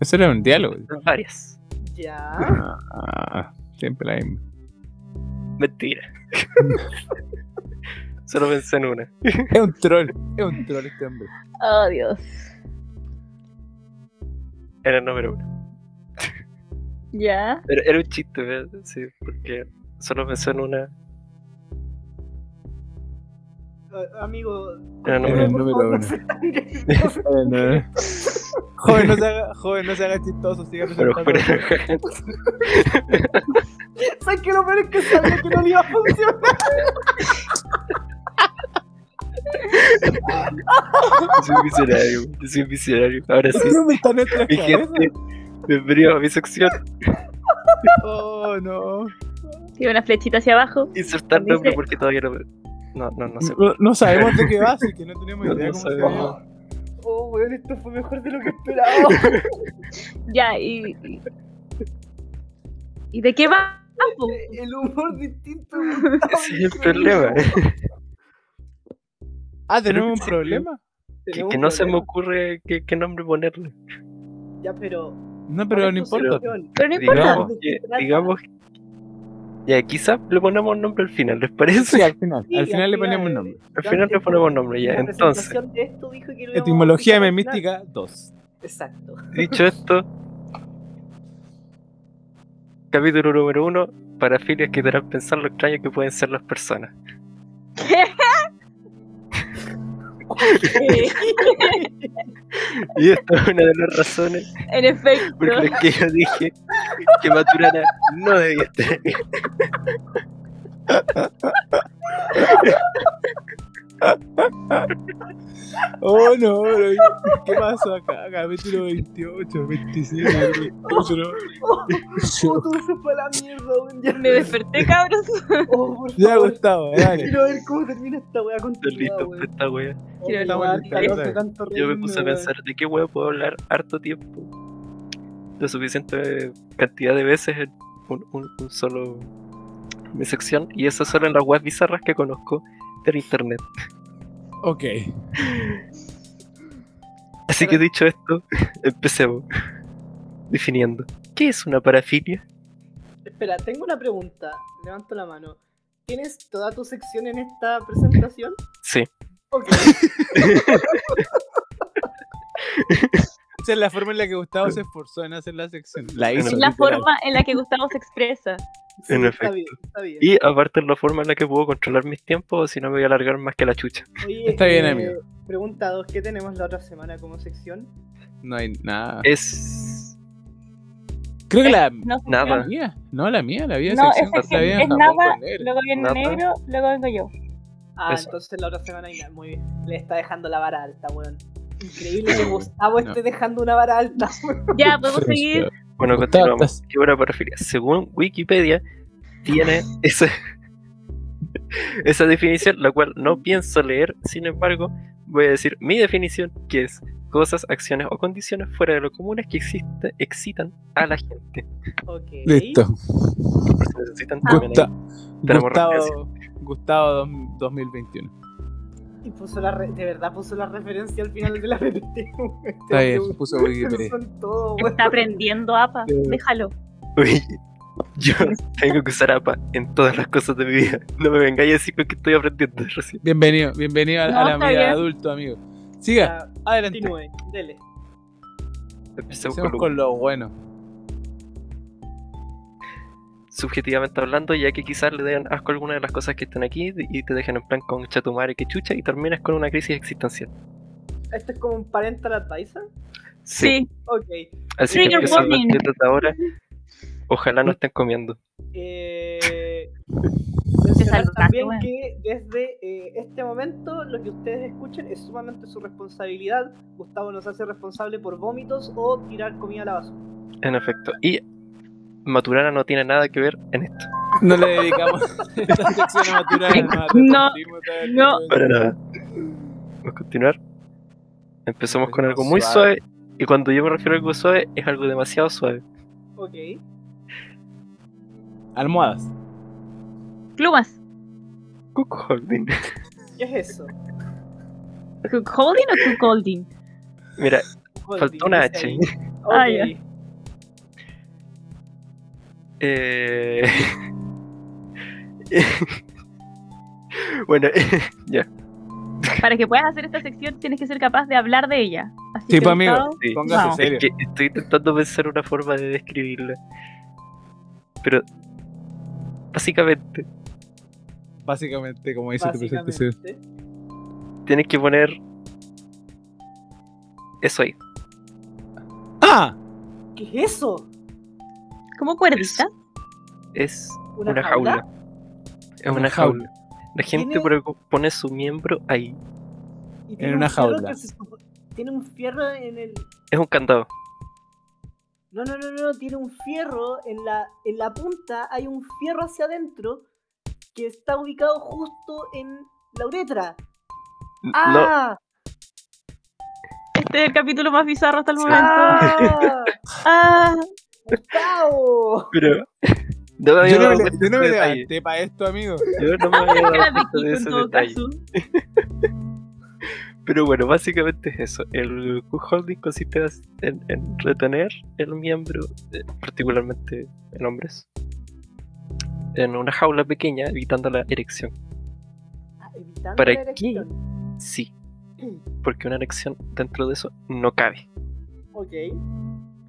D: Eso era un diálogo.
B: Son varias.
C: ya.
D: Ah, siempre la misma.
B: Mentira. Solo pensé en una.
D: Es un troll, es un troll este hombre.
A: Oh, Dios.
B: Era el número uno.
A: Ya.
B: Era, era un chiste, ¿verdad? Sí, porque solo pensé en una.
C: Eh, Amigo.
B: Era el
D: Era
B: número
D: el
B: uno.
D: número
C: por favor,
D: uno.
C: no se tan gracioso.
D: Joven, no se haga, joven, no se haga chistoso, siga
B: Pero
D: presentando.
B: fuera.
C: ¿Sabes qué? Lo peor es que sabía que no le iba a funcionar.
B: Yo soy visionario, yo soy visionario. Ahora sí,
D: No me están en la
B: mi
D: cabeza.
B: gente, bienvenido a mi sección.
D: Oh, no.
A: Tiene una flechita hacia abajo.
B: Insertar nombre
A: Dice-
B: porque todavía no. No, no, no sé.
D: No, no sabemos de qué va, así que no tenemos
B: No,
D: idea
B: no
D: cómo se
B: sabemos.
D: llama.
C: Oh, weón, esto fue mejor de lo que esperaba.
A: Ya, y. y- ¿Y de qué va? po?
C: El humor distinto.
B: Ese es el problema.
D: Ah, tenemos un
B: Sí.
D: problema.
B: Que, que no se me ocurre qué, qué nombre ponerle.
C: Ya, pero.
D: No, pero
C: ¿cuál
D: no
C: es tu
D: importa.
C: solución?
A: Pero no importa.
B: Digamos que. Digamos Ya, quizás le ponemos nombre al final, ¿les parece?
D: Sí, al final.
C: Sí,
D: al final le ponemos
C: eh,
D: un nombre.
B: Al final le ponemos nombre, ya.
C: la
B: Entonces,
C: presentación de esto dijo que lo íbamos a
D: Etimología
C: explicar al final.
D: memística 2.
C: Exacto.
B: dicho esto, capítulo número uno: parafilias que te harán pensar lo extraño que pueden ser las personas. Y esta es una de las razones
A: en efecto.
B: Porque lo que yo dije que Maturana no debía estar ahí.
D: Oh, no, bro. ¿Qué pasó acá? Capítulo 28, 27, 28.
C: Oh, todo se fue a la mierda, weón. Ya,
A: Me desperté, cabros.
C: Oh, por
D: Ya,
C: favor.
D: Gustavo, dale.
C: Quiero ver cómo termina esta weá Oh, con
B: Estoy listo para esta wea.
A: Quiero
D: Está bueno, está bueno.
B: Yo me puse a pensar de qué wea puedo hablar harto tiempo. Lo suficiente cantidad de veces en un, un- un solo mi sección. Y esas son las weas bizarras que conozco del internet.
D: Ok.
B: Así que dicho esto, empecemos. Definiendo. ¿Qué es una parafilia?
C: Espera, tengo una pregunta. Levanto la mano. ¿Tienes toda tu sección en esta presentación?
B: Sí.
C: Ok.
D: Esa es la forma en la que Gustavo se esforzó en hacer la sección. La hizo.
A: Es la
D: literal.
A: forma en la que Gustavo se expresa.
C: Sí,
B: En
C: está
B: efecto.
C: bien, está bien.
B: Y aparte es la forma en la que puedo controlar mis tiempos, o si no me voy a alargar más que la chucha.
C: Oye, eh,
D: Está bien, amigo.
C: Pregunta 2, ¿qué tenemos la otra semana como sección?
D: No hay nada.
B: Eh, Es.
D: Creo que la,
A: No, sé
B: Nada.
D: la mía. No, la mía, la vida
A: No,
D: sección
B: esa
A: es,
D: está bien.
A: es
D: Japón
A: nada,
D: con negro.
A: luego viene
B: Nada.
A: negro, luego vengo yo.
C: Ah,
B: Eso.
C: entonces la otra semana hay nada. Muy bien. Le está dejando la vara alta, weón. Increíble que Gustavo
D: No.
C: esté dejando una vara alta.
A: Ya, podemos seguir.
B: Bueno,
D: Gustavo,
B: continuamos.
D: estás-
B: ¿Qué hora parafilia? Según Wikipedia, tiene esa, esa definición, la cual no pienso leer. Sin embargo, voy a decir mi definición, que es cosas, acciones o condiciones fuera de lo comunes que existe- excitan a la gente.
C: Ok.
D: Listo.
B: Por si necesitan también
D: Gusta-
B: ahí. Tenemos
D: Gustavo, Gustavo dos- 2021.
C: Y puso la re- de verdad puso la referencia al final de la PPT. weón.
D: Está bien, puso Wikipedia.
C: Son todo, weón.
A: Está aprendiendo, apa.
D: Eh.
A: Déjalo.
B: Oye, yo tengo que usar APA en todas las cosas de mi vida. No me vengáis a decir que estoy aprendiendo recién.
D: Bienvenido, bienvenido a, a
A: No,
D: la
A: está
D: vida de
A: bien.
D: adulto, amigo. Siga,
C: Ya,
D: adelante.
C: Continúe, dele.
B: Empecemos
D: Empecemos
B: con lo
D: con lo bueno.
B: subjetivamente hablando, ya que quizás le den asco a alguna de las cosas que están aquí y te dejan en plan con chatumare que chucha y terminas con una crisis existencial.
C: ¿Esto Este es como un parental advisor?
A: Sí.
C: Ok.
B: Así que
A: Trigger
B: empiezo a
A: warning.
B: partir desde ahora. Ojalá no estén comiendo.
C: Eh, mencionar
A: saltaste,
C: también
A: weón.
C: que desde eh, este momento lo que ustedes escuchen es sumamente su responsabilidad. Gustavo nos hace responsable por vómitos o tirar comida a la basura.
B: En efecto. Y Maturana no tiene nada que ver en esto.
D: No le dedicamos esta sección a Maturana.
A: No,
D: arrepentimos de haber
A: no.
D: hecho
B: Para
D: eso.
B: nada. Vamos a continuar. Empezamos con algo muy
D: Suave.
B: suave. Y cuando yo me refiero a algo suave, es algo demasiado suave.
C: Ok.
D: Almohadas.
A: Plumas.
B: Cook Holding.
C: ¿Qué es eso?
A: ¿Cook holding o cook holding?
B: Mira,
C: Holding,
B: faltó una
C: dice ahí.
B: H.
C: Ok.
A: Ah, ya.
B: Eh... bueno, ya.
A: Para que puedas hacer esta sección tienes que ser capaz de hablar de ella. Así
D: Sí,
A: que,
D: pues, amigo.
A: Gustavo,
B: Sí.
D: Póngase
A: Vamos.
D: serio.
B: Es que estoy intentando pensar una forma de describirla. Pero básicamente
D: Básicamente, como dice tu presentación.
C: Básicamente.
B: tienes que poner eso ahí.
D: ¡Ah!
C: ¿Qué es eso?
A: ¿Cómo cuerdita?
B: Es
C: ¿Una,
B: una, jaula. Es una,
D: Una
B: jaula. La gente
C: Tiene-
B: por- pone su miembro ahí.
C: Y tiene
D: En una
C: un fierro
D: jaula.
C: que se supo- Tiene un fierro en el.
B: Es un candado.
C: No, no, no, no, tiene un fierro en la, en la punta, hay un fierro hacia adentro que está ubicado justo en la uretra.
B: N- No,
C: ¡Ah!
A: Este es el capítulo más bizarro hasta el
B: Sí.
A: momento.
C: ¡Ah!
A: Ah,
C: ¡Gustavo!
B: pero. No me había
D: Yo no
B: dado
D: me,
B: cuenta
D: yo no me
B: de ese detalle.
D: levanté para esto, amigo.
B: Yo no me había dado
A: era de
B: cuenta de
A: Kiko en
B: ese
A: todo
B: detalle.
A: caso.
B: Pero bueno, básicamente es eso. El holding consiste en, en retener el miembro, eh, particularmente en hombres, en una jaula pequeña, evitando la erección.
C: Ah, evitando
B: ¿Para
C: la
B: qué?
C: erección.
B: Sí, porque una erección dentro de eso no cabe.
C: Ok.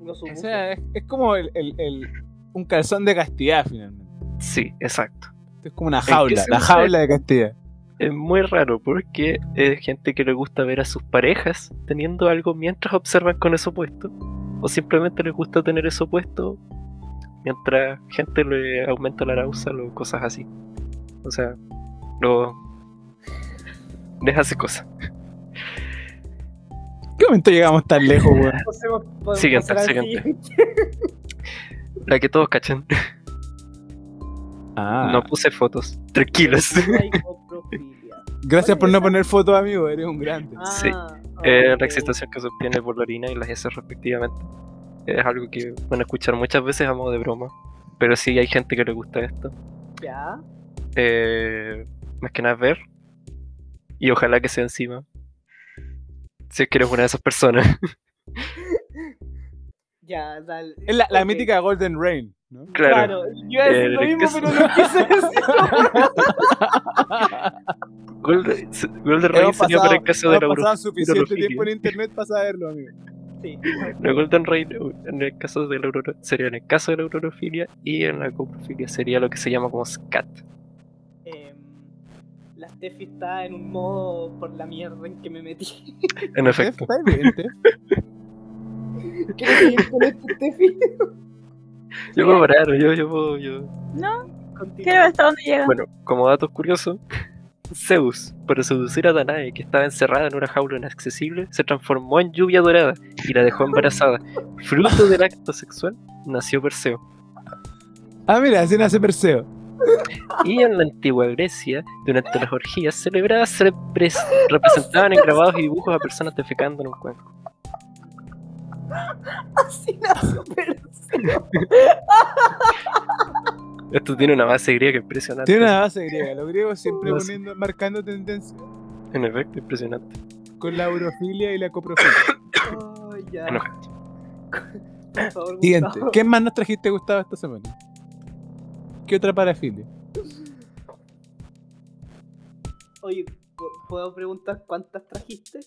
C: Lo
D: O
C: supuse.
D: sea, es, es como el, el- el- un calzón de castidad, finalmente.
B: Sí, exacto.
D: Esto es como una
B: qué
D: jaula,
B: se
D: la
B: usa?
D: jaula de castidad.
B: Es muy raro porque es gente que le gusta ver a sus parejas teniendo algo mientras observan con eso puesto, o simplemente les gusta tener eso puesto mientras gente le aumenta la náusea o cosas así. O sea, lo. les hace cosas.
D: ¿Qué momento llegamos tan lejos, weón?
C: Pasemos- podemos
B: Siguiente,
C: pasar al
B: siguiente.
C: siguiente.
B: La que todos cachan.
D: Ah,
B: No puse fotos. Tranquilos.
C: Psicoprofilia.
D: gracias
C: Oye,
D: por no
C: esa-
D: poner fotos, amigo. Eres un grande.
C: Ah,
B: Sí. Eh,
C: ok.
B: la excitación que se obtiene por la orina y las heces respectivamente. Es algo que van a escuchar muchas veces a modo de broma. Pero sí hay gente que le gusta esto.
C: Ya.
B: eh, más que nada ver. Y ojalá que sea encima. Si es que eres una de esas personas.
C: Ya, dale.
D: Es la, la
C: Ok.
D: mítica Golden Rain, ¿no?
B: Claro.
C: Yo iba a decir
B: El
C: lo mismo,
B: queso.
C: pero no quise decirlo.
B: Gol de, se- gol de Rain
D: Hemos
B: sería para el
D: pasado-
B: caso de la
D: hemos pasado suficiente
B: urofilia.
D: tiempo en internet para saberlo, amigo.
C: Sí.
B: La Golden Rain en el caso de la aurora, sería en el caso de la aurofilia y en la coprofilia sería lo que se llama como scat.
C: Em, la Steffi está en un modo por la mierda en que me metí.
B: En efecto.
D: Está evidente.
C: ¿Quieres seguir con esto, Steffi?
B: Yo puedo parar, yo, yo puedo, yo.
A: Quiero ver
C: Continúa.
A: hasta dónde llega.
B: Bueno, como datos curiosos, Zeus, para seducir a Danae, que estaba encerrada en una jaula inaccesible, se transformó en lluvia dorada y la dejó embarazada. Fruto del acto sexual, nació Perseo.
D: Ah, mira, así nace Perseo.
B: Y en la antigua Grecia, durante las orgías celebradas, se pres- representaban en grabados y dibujos a personas defecando en un cuenco.
C: Así nació Perseo.
B: Esto tiene una base griega impresionante.
D: Tiene una base griega. Los griegos siempre
B: No sé.
D: poniendo, marcando tendencia
B: En efecto, impresionante.
D: con la urofilia y la coprofilia.
C: Oh, ya.
B: Enojante.
C: Por favor,
D: Siguiente.
C: Gustavo.
D: ¿Qué más nos trajiste, Gustavo, esta semana? ¿Qué otra parafilia?
C: Oye, ¿pu- ¿puedo preguntar cuántas trajiste?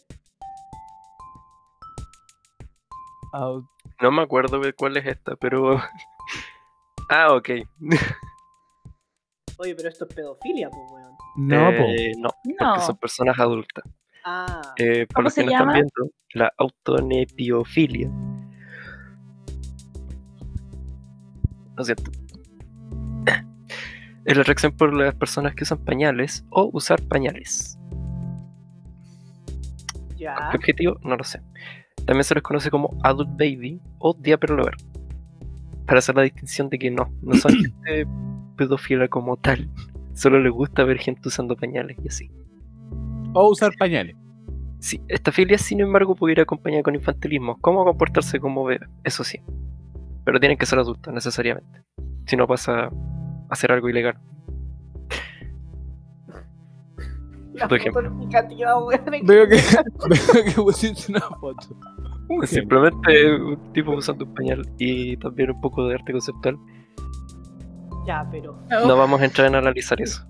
D: Ah,
B: No me acuerdo de cuál es esta, pero. Ah, ok.
C: Oye, pero esto es pedofilia, pues, weón.
D: no, po.
B: Eh, no,
A: No.
B: porque son personas adultas.
C: Ah,
B: Eh,
A: ¿Cómo
B: para los
A: se
B: que no están
A: llama?
B: viendo, la autonepiofilia. Lo siento. Es la atracción por las personas que usan pañales o usar pañales.
C: ya.
A: Ah.
B: ¿Con ¿Qué objetivo? No lo sé. También se les conoce como adult baby o diaper lover. Para hacer la distinción de que no, no son gente pedófila como tal. Solo les gusta ver gente usando pañales y así.
D: O usar pañales.
B: Sí, esta filia, sin embargo, pudiera acompañar con infantilismo. ¿Cómo comportarse como bebé? Eso sí. Pero tienen que ser adultos, necesariamente. Si no pasa a hacer algo ilegal.
C: La
B: Tu
C: foto
B: ejemplo.
C: explicativa, weón.
D: Veo que, veo que pusiste una foto. Un ejemplo.
B: Simplemente un tipo usando un pañal y también un poco de arte conceptual.
C: Ya, pero.
D: Ah,
B: No vamos a entrar en analizar eso.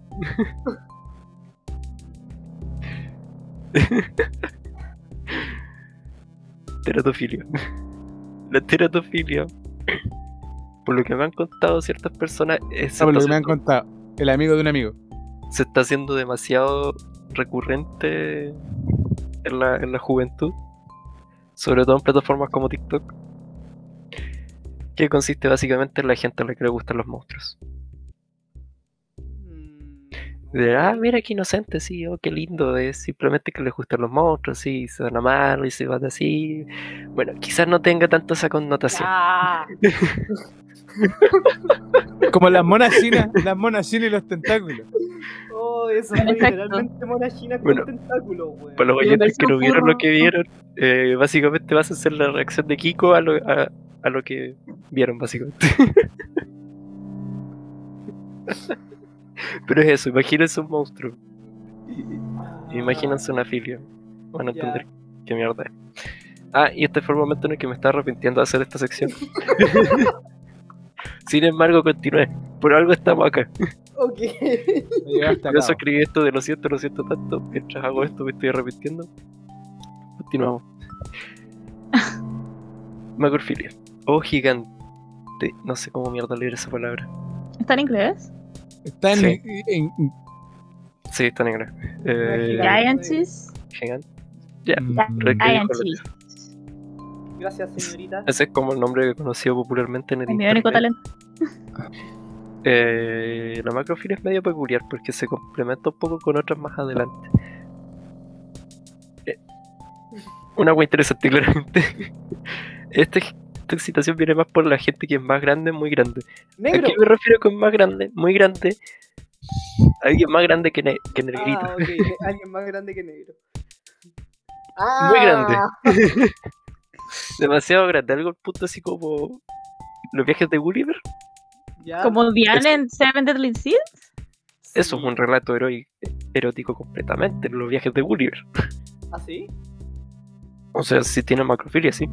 B: teratofilia. La teratofilia. Por lo que me han contado ciertas personas, eh, se,
D: Ah, por
B: está
D: lo que me han
B: haciendo-
D: contado. El amigo de un amigo.
B: se está haciendo demasiado recurrente en la, en la juventud. Sobre todo en plataformas como TikTok. Que consiste básicamente en la gente a la que le gustan los monstruos.
C: mm,
B: De, ah, mira qué inocente, sí, oh, qué lindo, es simplemente que les gustan los monstruos, sí, se van a amar y se van así. Bueno, quizás no tenga tanto esa connotación.
C: Ya.
D: Como las monas chinas, las monas chinas y los tentáculos.
C: Oh, eso es
A: Exacto.
C: literalmente mona china con
B: Bueno,
C: tentáculos, weón.
B: Para los
A: Pero
B: oyentes que
A: versión
B: no vieron lo que
A: porno.
B: vieron, eh, básicamente vas a hacer la reacción de Kiko a lo, a, a lo que vieron, básicamente. Pero es eso, imagínense un monstruo, imagínense una filia. Van a
C: Ya.
B: entender qué mierda es. Ah, y este fue el momento en el que me estaba arrepintiendo de hacer esta sección. Sin embargo, continué. Por algo estamos acá.
C: Ok.
D: Lo llevaste a
B: Por eso
D: cabo.
B: escribí esto de lo siento, lo siento tanto. Mientras hago esto me estoy arrepintiendo. Continuamos. Macrofilia. O gigante. No sé cómo mierda leer esa palabra.
A: ¿Está en inglés?
D: Está en,
B: Sí.
D: en- en-
B: Sí, está negra.
C: Una
B: Eh,
A: Giant cheese.
B: gigante. Ya.
D: Mm.
B: Ay,
A: Giant cheese.
C: Gracias, señorita.
B: Ese es como el nombre conocido popularmente en el
A: Es mi único
B: internet.
A: talento.
B: Eh, la macrofilia es medio peculiar porque se complementa un poco con otras más adelante. Eh, una agua interesante, claramente. Este- esta excitación viene más por la gente que es más grande, muy grande. ¿A
C: Negro.
B: qué me refiero con más grande? Muy grande. Alguien más grande que, ne- que Negrito.
C: Ah, ok. ne- Alguien más grande que negro. Ah,
B: Muy grande. Demasiado grande. Algo al punto así como los viajes de Gulliver.
C: Ya.
A: Como Diana en Seven Deadly Sins.
B: Eso es un relato heroi- erótico completamente. Los viajes de Gulliver.
C: ¿Ah, sí?
B: O sea, si tiene macrofilia, sí.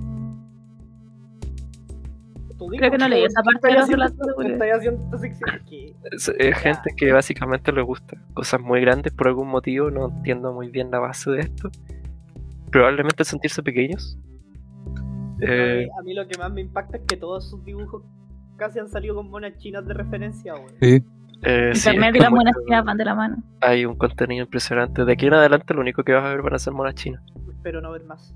C: Tú
A: Creo que no leí esa parte de
C: Estoy
A: los
C: haciendo-
A: relatos, güey.
C: estoy haciendo esta sección. ¿Qué?
B: Es, es gente que básicamente le gusta cosas muy grandes por algún motivo, no entiendo muy bien la base de esto. Probablemente sentirse pequeños. Eh,
C: A mí lo que más me impacta es que todos sus dibujos casi han salido con monas chinas de referencia, güey.
D: Sí.
B: eh, sí, es
A: Internet
B: que
A: y las
B: muy-
A: buenas tías van de la mano.
B: hay un contenido impresionante. De aquí en adelante lo único que vas a ver van a ser monas chinas.
C: Espero no ver más.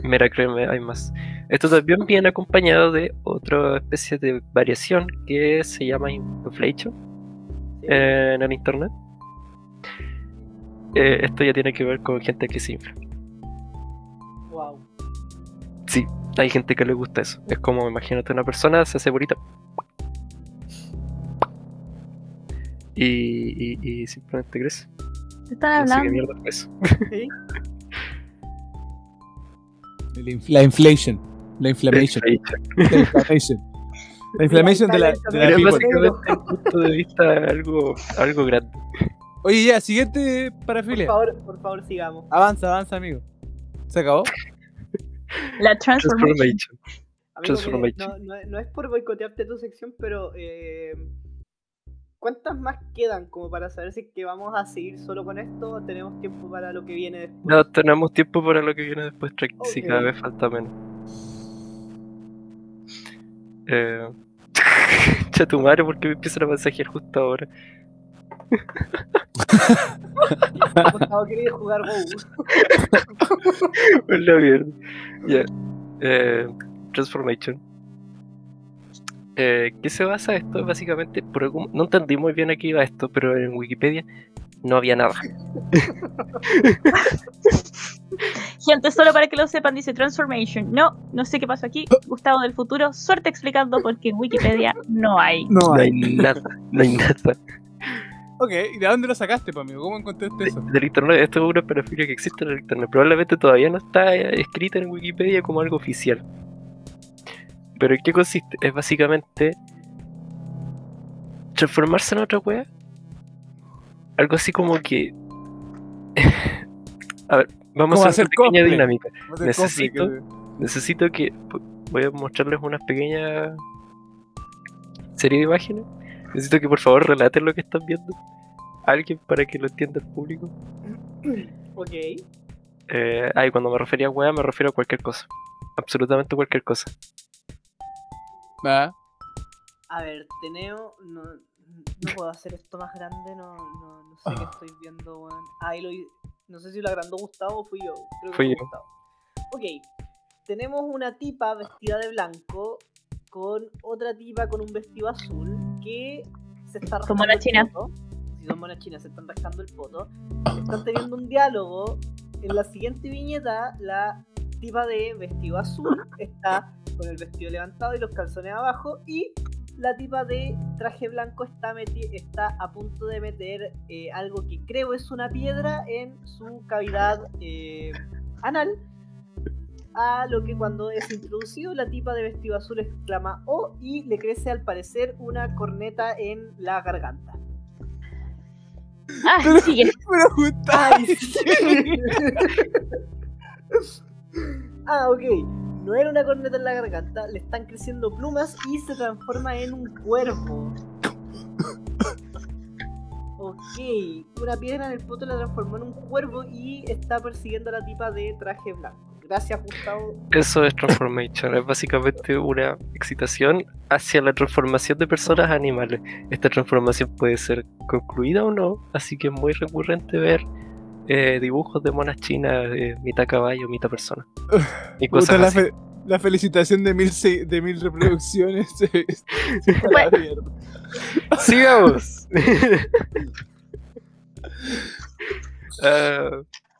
B: Mira, créeme, hay más. Esto también viene acompañado de otra especie de variación que se llama inflation.
C: Sí.
B: eh, en el internet. Eh, esto ya tiene que ver con gente que se infla.
C: Wow.
B: Sí, hay gente que le gusta eso. Es como, imagínate una persona, se hace bonita. Y, y, y simplemente crece.
A: Te están
B: No sé qué
A: hablando.
B: mierda pues. fue eso.
D: El inf- La inflation. La inflammation. La inflammation. La inflammation de la, de la
B: Pero pues es
D: people.
B: básicamente el punto de vista algo, algo grande.
D: Oye, ya, siguiente
C: Por
D: parafilia.
C: favor, por favor, sigamos.
D: Avanza, avanza, amigo. ¿Se acabó?
A: La transformación.
B: Transformation.
C: Amigo, mire,
B: Transformation.
C: no, no- no es por boicotearte tu sección, pero eh, ¿cuántas más quedan como para saber si es que vamos a seguir solo con esto o tenemos tiempo para lo que viene después?
B: No tenemos tiempo para lo que viene después, Trek. Si
C: Ok.
B: cada vez falta menos. Eh... Cha tu madre, porque me empiezan a mensajear justo ahora.
C: Gustavo quiere ir a jugar WoW.
B: Por la mierda. Ya. Eh, Transformation. Eh, ¿Qué se basa esto? Básicamente, por algún- no entendí muy bien a qué iba esto, pero en Wikipedia no había nada.
A: Gente, solo para que lo sepan, dice Transformation. No, no sé qué pasó aquí. Gustavo del futuro, suerte explicando porque en Wikipedia no hay.
D: No,
B: No hay nada, no hay nada.
D: Ok, ¿y de dónde lo sacaste, pa, amigo? ¿Cómo encontraste eso?
B: Del internet, esto es una parafilia que existe en el internet. Probablemente todavía no está eh, escrita en Wikipedia como algo oficial. ¿Pero en qué consiste? Es básicamente transformarse en otra wea. Algo así como que. a ver, vamos
D: Como
B: a
D: hacer
B: hacer pequeña
D: cosplay.
B: dinámica.
D: Va a ser
B: Necesito-
D: complicado.
B: Necesito que. Voy a mostrarles unas pequeñas. serie de imágenes. Necesito que por favor relaten lo que están viendo. Alguien para que lo entienda el público.
C: Ok.
B: Eh, ay, cuando me refería a wea, me refiero a cualquier cosa. Absolutamente cualquier cosa.
D: Ah,
C: A ver, Teneo, no, no puedo hacer esto más grande, no, no, no sé qué
B: Ah.
C: estoy viendo, weón. Ahí lo hi- no sé si lo agrandó Gustavo o fui yo. Creo que
B: Fui
C: fue
B: yo.
C: Gustavo. Ok, tenemos una tipa vestida de blanco con otra tipa con un vestido azul que se está rascando
A: monas
C: el
A: chinas.
C: poto. Si son monas chinas, se están rascando el poto. Están teniendo un diálogo. En la siguiente viñeta, la tipa de vestido azul está con el vestido levantado y los calzones abajo y la tipa de traje blanco está, meti- está a punto de meter eh, algo que creo es una piedra en su cavidad eh, anal. A lo que cuando es introducido la tipa de vestido azul exclama oh y le crece al parecer una corneta en la garganta.
A: Ah, sigue.
D: Pero Gustavo,
C: Ay, sí. ah, ok. No era una corneta en la garganta, le están creciendo plumas y se transforma en un cuervo. Ok, una piedra en el poto la transformó en un cuervo y está persiguiendo a la tipa de traje blanco. Gracias, Gustavo.
B: Eso es transformation, es básicamente una excitación hacia la transformación de personas a animales. Esta transformación puede ser concluida o no, así que es muy recurrente ver eh, dibujos de monas chinas, eh, mitad caballo, mitad persona. Y
D: puta,
B: cosas
D: la,
B: así.
D: fe- la felicitación de mil, se- de mil reproducciones. se- se fue a la mierda.
B: ¡Sigamos! Ah,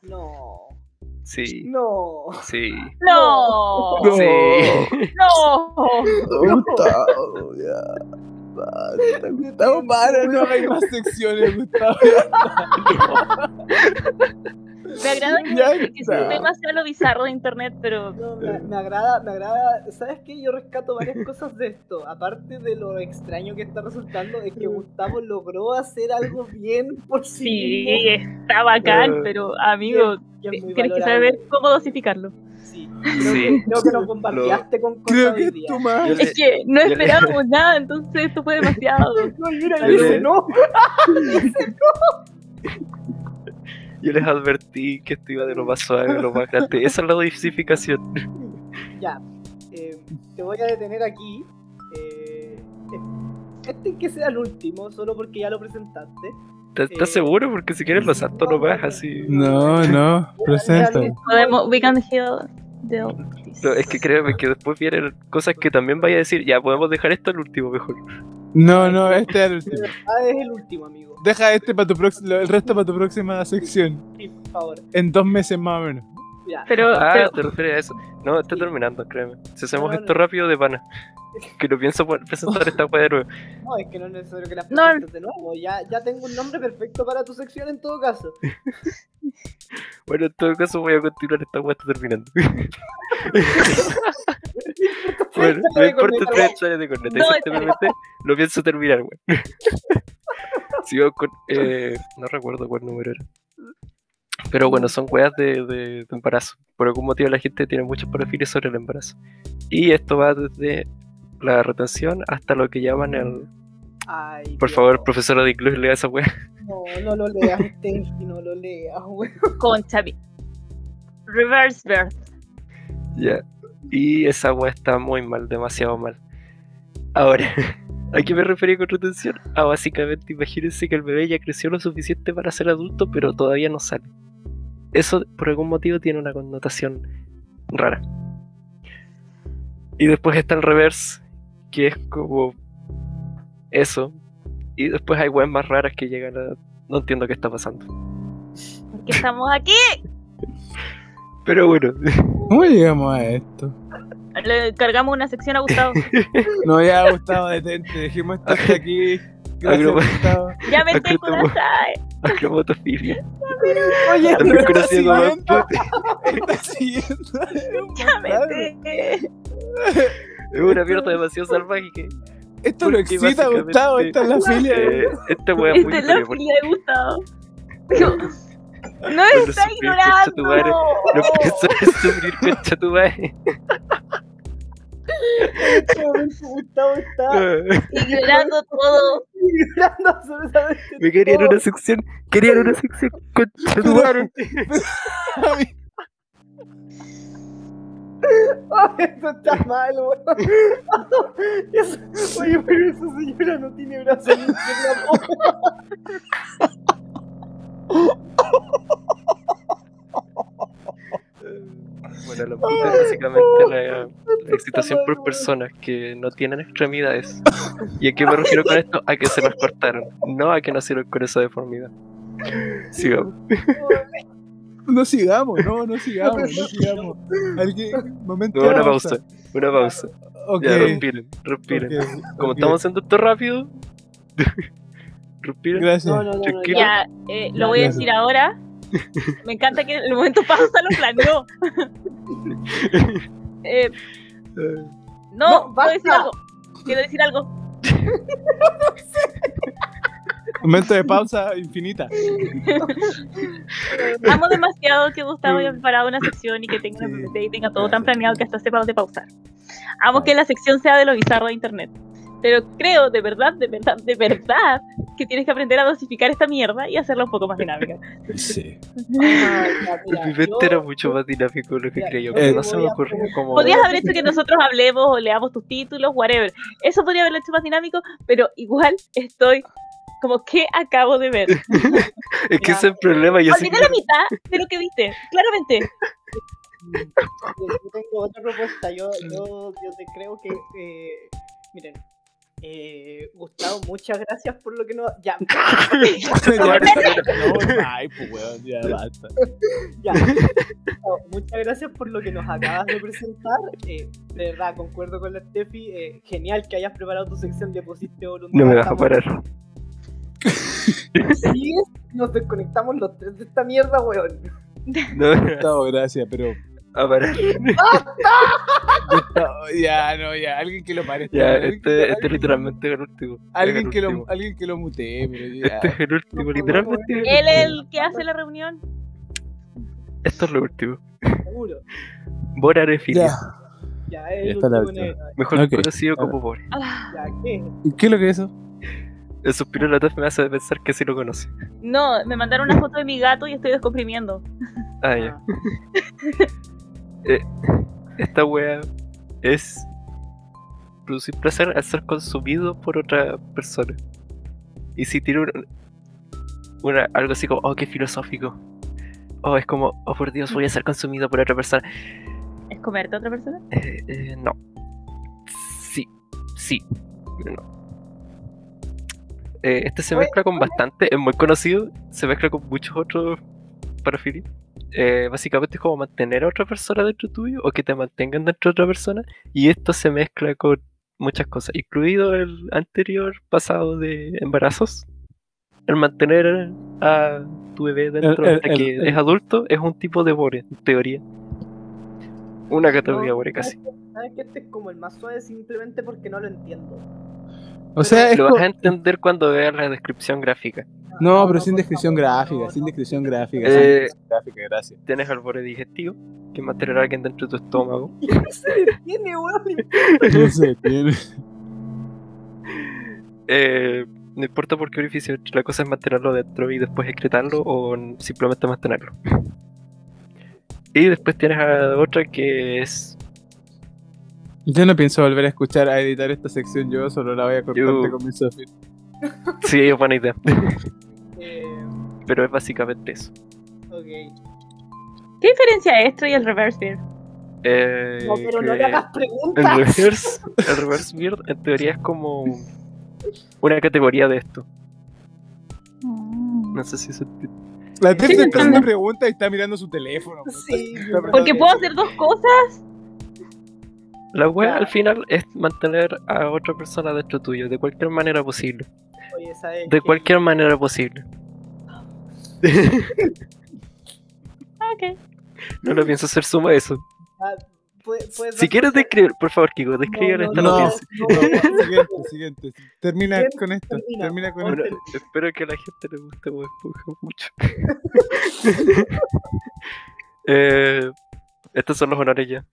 C: No,
B: sí,
C: no.
B: sí,
A: No,
D: No.
B: sí.
A: no.
D: Gustavo, ya. Basta, Gustavo, para, no hay más secciones, Gustavo.
A: Me agrada que,
D: Ya
A: que su
D: está.
A: tema sea lo bizarro de internet, pero
C: No,
D: Eh.
C: me, me agrada, me agrada. ¿Sabes qué? Yo rescato varias cosas de esto. Aparte de lo extraño que está resultando,
D: Eh.
C: es que Gustavo logró hacer algo bien por sí.
A: sí, está bacán.
B: Eh,
A: Pero amigo,
C: mismo, que es muy
A: tienes que
C: valorable.
A: saber cómo dosificarlo.
C: Sí. Creo,
B: Sí.
C: Que, creo que nos bombardeaste con cosas
D: Creo
C: hoy
D: que
C: día.
D: tu madre.
B: Yo le-
A: Es que no
B: yo le-
A: esperábamos nada, entonces esto fue demasiado.
C: No, mira,
B: Yo
C: él dice
B: le-
C: no.
B: Yo les advertí que esto iba de lo más suave a lo más grande. Esa es la dosificación.
C: Ya. eh, te voy a detener aquí. Eh, este que sea el último, solo porque ya lo presentaste.
B: ¿Estás estás seguro? Porque si quieres lo salto nomás, así.
D: No, no, presenta.
A: Podemos, we can heal the this.
B: No, es que créeme que después vienen cosas que también vaya a decir, ya podemos dejar esto al último mejor.
D: No, no, este es el
C: De
D: último.
C: verdad es el último, amigo.
D: Deja este para tu próximo, el resto para tu próxima sección.
C: Sí, por favor.
D: En dos meses más o menos.
C: Mira,
A: Pero,
B: Ah,
A: pero-
B: te refieres a eso. No, está
C: Sí.
B: terminando, créeme. Si hacemos
C: No, no,
B: esto
C: no.
B: rápido de pana. Que no pienso por- presentar esta wea de nuevo.
C: No, es que no es necesario que la
A: No.
C: presentes de nuevo. Ya, ya tengo un nombre perfecto para tu sección en todo caso.
B: Bueno, en todo caso voy a continuar esta wea está terminando. bueno, no
C: de
B: importa
C: corneta,
B: tres hectáreas de corneta.
A: No,
B: Exactamente, lo pienso terminar, wea. Sigo con. eh, no recuerdo cuál número era. Pero bueno, son weas de, de- de embarazo. Por algún motivo la gente tiene muchos perfiles sobre el embarazo. Y esto va desde la retención hasta lo que llaman el.
C: Ay,
B: Por
C: Dios.
B: favor, profesora de inglés, lea esa wea.
C: No, no lo leas, Tenki, no lo leas, weón.
A: concha. vi- Reverse birth.
B: Ya. Y esa weá está muy mal, demasiado mal. Ahora, ¿a qué me refería con retención? A básicamente, imagínense que el bebé ya creció lo suficiente para ser adulto, pero todavía no sale. Eso por algún motivo tiene una connotación rara. Y después está el reverse, que es como eso. Y después hay weas más raras que llegan a... No entiendo qué está pasando.
A: Porque estamos aquí.
B: Pero bueno,
D: ¿Cómo llegamos a esto?
A: Le cargamos una sección a Gustavo.
D: No, ya, Gustavo, detente. Dejemos esto hasta aquí. Gracias,
B: Agro-
D: Gustavo.
A: Ya me tengo
B: Acá estamos.
A: una
B: acromotofilia. También
D: Oye, pero está
B: conocido como
D: siguiendo. Está siguiendo.
A: Ya me tengo.
B: Es una mierda demasiado salvaje que.
D: Esto lo
B: porque
D: excita,
B: básicamente-
D: Gustavo, esta es la filia.
B: Eh, esta wea es muy
A: Esta es la
B: historia, porque
A: filia de Gustavo. No, no
B: Cuando
A: está
B: sufrí, concha tu
A: ignorando.
B: madre, no pienso en sufrir concha tu madre.
C: Gustavo está
A: Ignorando todo.
C: mirando absolutamente
B: Me querían
D: Oh.
C: todo.
B: una sección, querían una sección concha tu madre.
C: Ay, Esto está mal, weón. Eso- Oye, pero esa señora no tiene brazos ni pierna, po.
B: Bueno, la puta es básicamente la, la excitación por personas que no tienen extremidades. ¿Y a qué me refiero con esto? A que se las cortaron, no a que nacieron con esa deformidad. Sigamos.
D: No sigamos, no, no sigamos, no sigamos. Alguien, momento.
B: No,
D: de
B: una pausa, una pausa.
D: Ok,
B: Ya, respiren, respiren.
D: ok,
B: Como
D: ok.
B: estamos haciendo esto rápido, respiren.
D: Gracias.
C: No, no, no, no,
B: Tranquilo.
C: ya.
A: Ya, eh, lo voy a decir ahora. Me encanta que el momento pausa lo planeó. Eh,
B: Eh,
A: no,
C: No,
A: puedo decir
C: basta.
A: algo. Quiero decir algo.
D: Momento de pausa infinita.
A: Amo demasiado que Gustavo haya preparado una sección y que tenga, una PPT y tenga todo tan planeado que hasta sepa dónde pausar. Amo que la sección sea de lo bizarro de internet. Pero creo, de verdad, de verdad, de verdad, que tienes que aprender a dosificar esta mierda y hacerla un poco más dinámica.
D: Sí.
C: Ay, Ah, ya, mira,
B: Mi mente
C: yo-
B: era mucho más dinámico de lo que
C: Ya,
B: creía yo.
D: eh,
B: no se me
C: voy a-
B: ocurrió como.
A: Podrías haber hecho que nosotros hablemos o leamos tus títulos, whatever. Eso podría haberlo hecho más dinámico, pero igual estoy como que acabo de ver.
B: Es que ese es el problema. Yo sé
A: Olvidé la mitad de lo que viste, claramente.
D: Mm,
C: Yo tengo otra propuesta. Yo, yo, yo te creo que. eh, miren. Eh, Gustavo, muchas gracias por lo que nos. Ya,
D: Ya, basta, no, ay, pues, weón, ya basta.
C: ya. Gustavo, muchas gracias por lo que nos acabas de presentar. Eh, de verdad, concuerdo con la Steffi. eh, genial que hayas preparado tu sección de pusiste voluntario.
B: No me vas a parar.
C: Sigues, nos desconectamos los tres de esta mierda, weón.
B: No me vas
D: Gustavo, gracias, pero.
B: a parar.
D: Gustavo, ya, no, ya. Alguien que lo parezca.
B: Ya,
D: alguien que-
B: este, este
D: alguien-
B: literalmente es el último. Este Es
D: Alguien
B: el
D: que, lo,
B: último.
D: alguien que lo mutee, pero ya.
B: Este es el último, literalmente.
A: Él es el que hace la reunión.
B: Esto es lo último.
C: Seguro.
B: Bora Arefilia,
D: Ya.
C: Ya, es
D: Ya
C: el
D: está la
C: último
D: última.
C: negro.
B: mejor
D: Ok.
B: conocido
D: Ahora.
B: como Bora.
A: Ah,
C: Ya, ¿qué?
D: ¿Qué es lo que es eso?
B: El suspiro de la TAF me hace pensar que sí lo conoce.
A: No, me mandaron una foto de mi gato y estoy descomprimiendo.
B: Ah, ya. esta wea es pues, producir placer al ser consumido por otra persona. Y si tiene un- una- algo así como, oh, qué filosófico. Oh, es como, oh, por Dios, voy a ser consumido por otra persona.
A: ¿Es comerte a otra persona?
B: Eh, eh, no. Sí, sí. No. Eh, este se
C: Oye,
B: mezcla con bastante, es muy conocido, se mezcla con muchos otros parafilis. Eh, básicamente es como mantener a otra persona dentro tuyo o que te mantengan dentro de otra persona. Y esto se mezcla con muchas cosas, incluido el anterior pasado de embarazos. El mantener a tu bebé dentro
D: el-
B: hasta
D: el-
B: que
D: el-
B: es adulto es un tipo de bore, en teoría. Una categoría bore casi.
C: ¿Sabes que este es como el más suave simplemente porque no lo entiendo?
D: O sea, es
B: Lo
D: co-
B: vas a entender cuando veas la descripción gráfica.
D: No, pero
C: por
D: sin descripción
C: favor,
D: gráfica,
C: no,
D: sin
C: no.
D: descripción gráfica,
B: Eh,
D: sin descripción gráfica, gracias.
B: Tienes al borde digestivo, que mantener a alguien dentro de tu estómago.
C: No se detiene, weón.
D: No sé, tiene.
B: Eh, no importa por qué orificio, la cosa es mantenerlo dentro y después excretarlo o n- simplemente mantenerlo. Y después tienes a otra que es.
D: Yo no pienso volver a escuchar a editar esta sección, yo solo la voy a cortar
B: Yo-
D: de con mi Sophie.
B: Sí, es buena idea,
C: Eh,
B: pero es básicamente eso.
C: ok.
A: ¿Qué diferencia esto y el reverse beer?
B: Eh,
C: No, pero no
B: que
C: le hagas
B: el
C: preguntas.
B: reverse, el reverse beard en teoría es como una categoría de esto. No sé si se entiende.
D: La Tef
A: Sí,
D: está haciendo
A: entiendo.
D: pregunta y está mirando su teléfono. ¿no?
C: Sí,
D: Está apretando
A: Porque
D: el
A: puedo hacer dos cosas.
B: La wea
C: Ya.
B: al final es mantener a otra persona dentro tuyo, de cualquier manera posible.
C: Oye, ¿sabes
B: De
C: qué?
B: cualquier manera posible.
A: Ah, ok. Ah,
B: No lo pienso hacer suma a eso.
C: Ah, Puedes- puedes
B: Si
C: dar-
B: quieres describir, por favor, Kiko, describe esta
D: no,
B: noticia.
D: siguiente, siguiente. Termina
C: Bien,
D: con esto.
C: termina.
D: Termina con
B: Bueno,
D: esto.
B: espero que a la gente le guste Bob Esponja mucho. Eh, estos son los honores ya.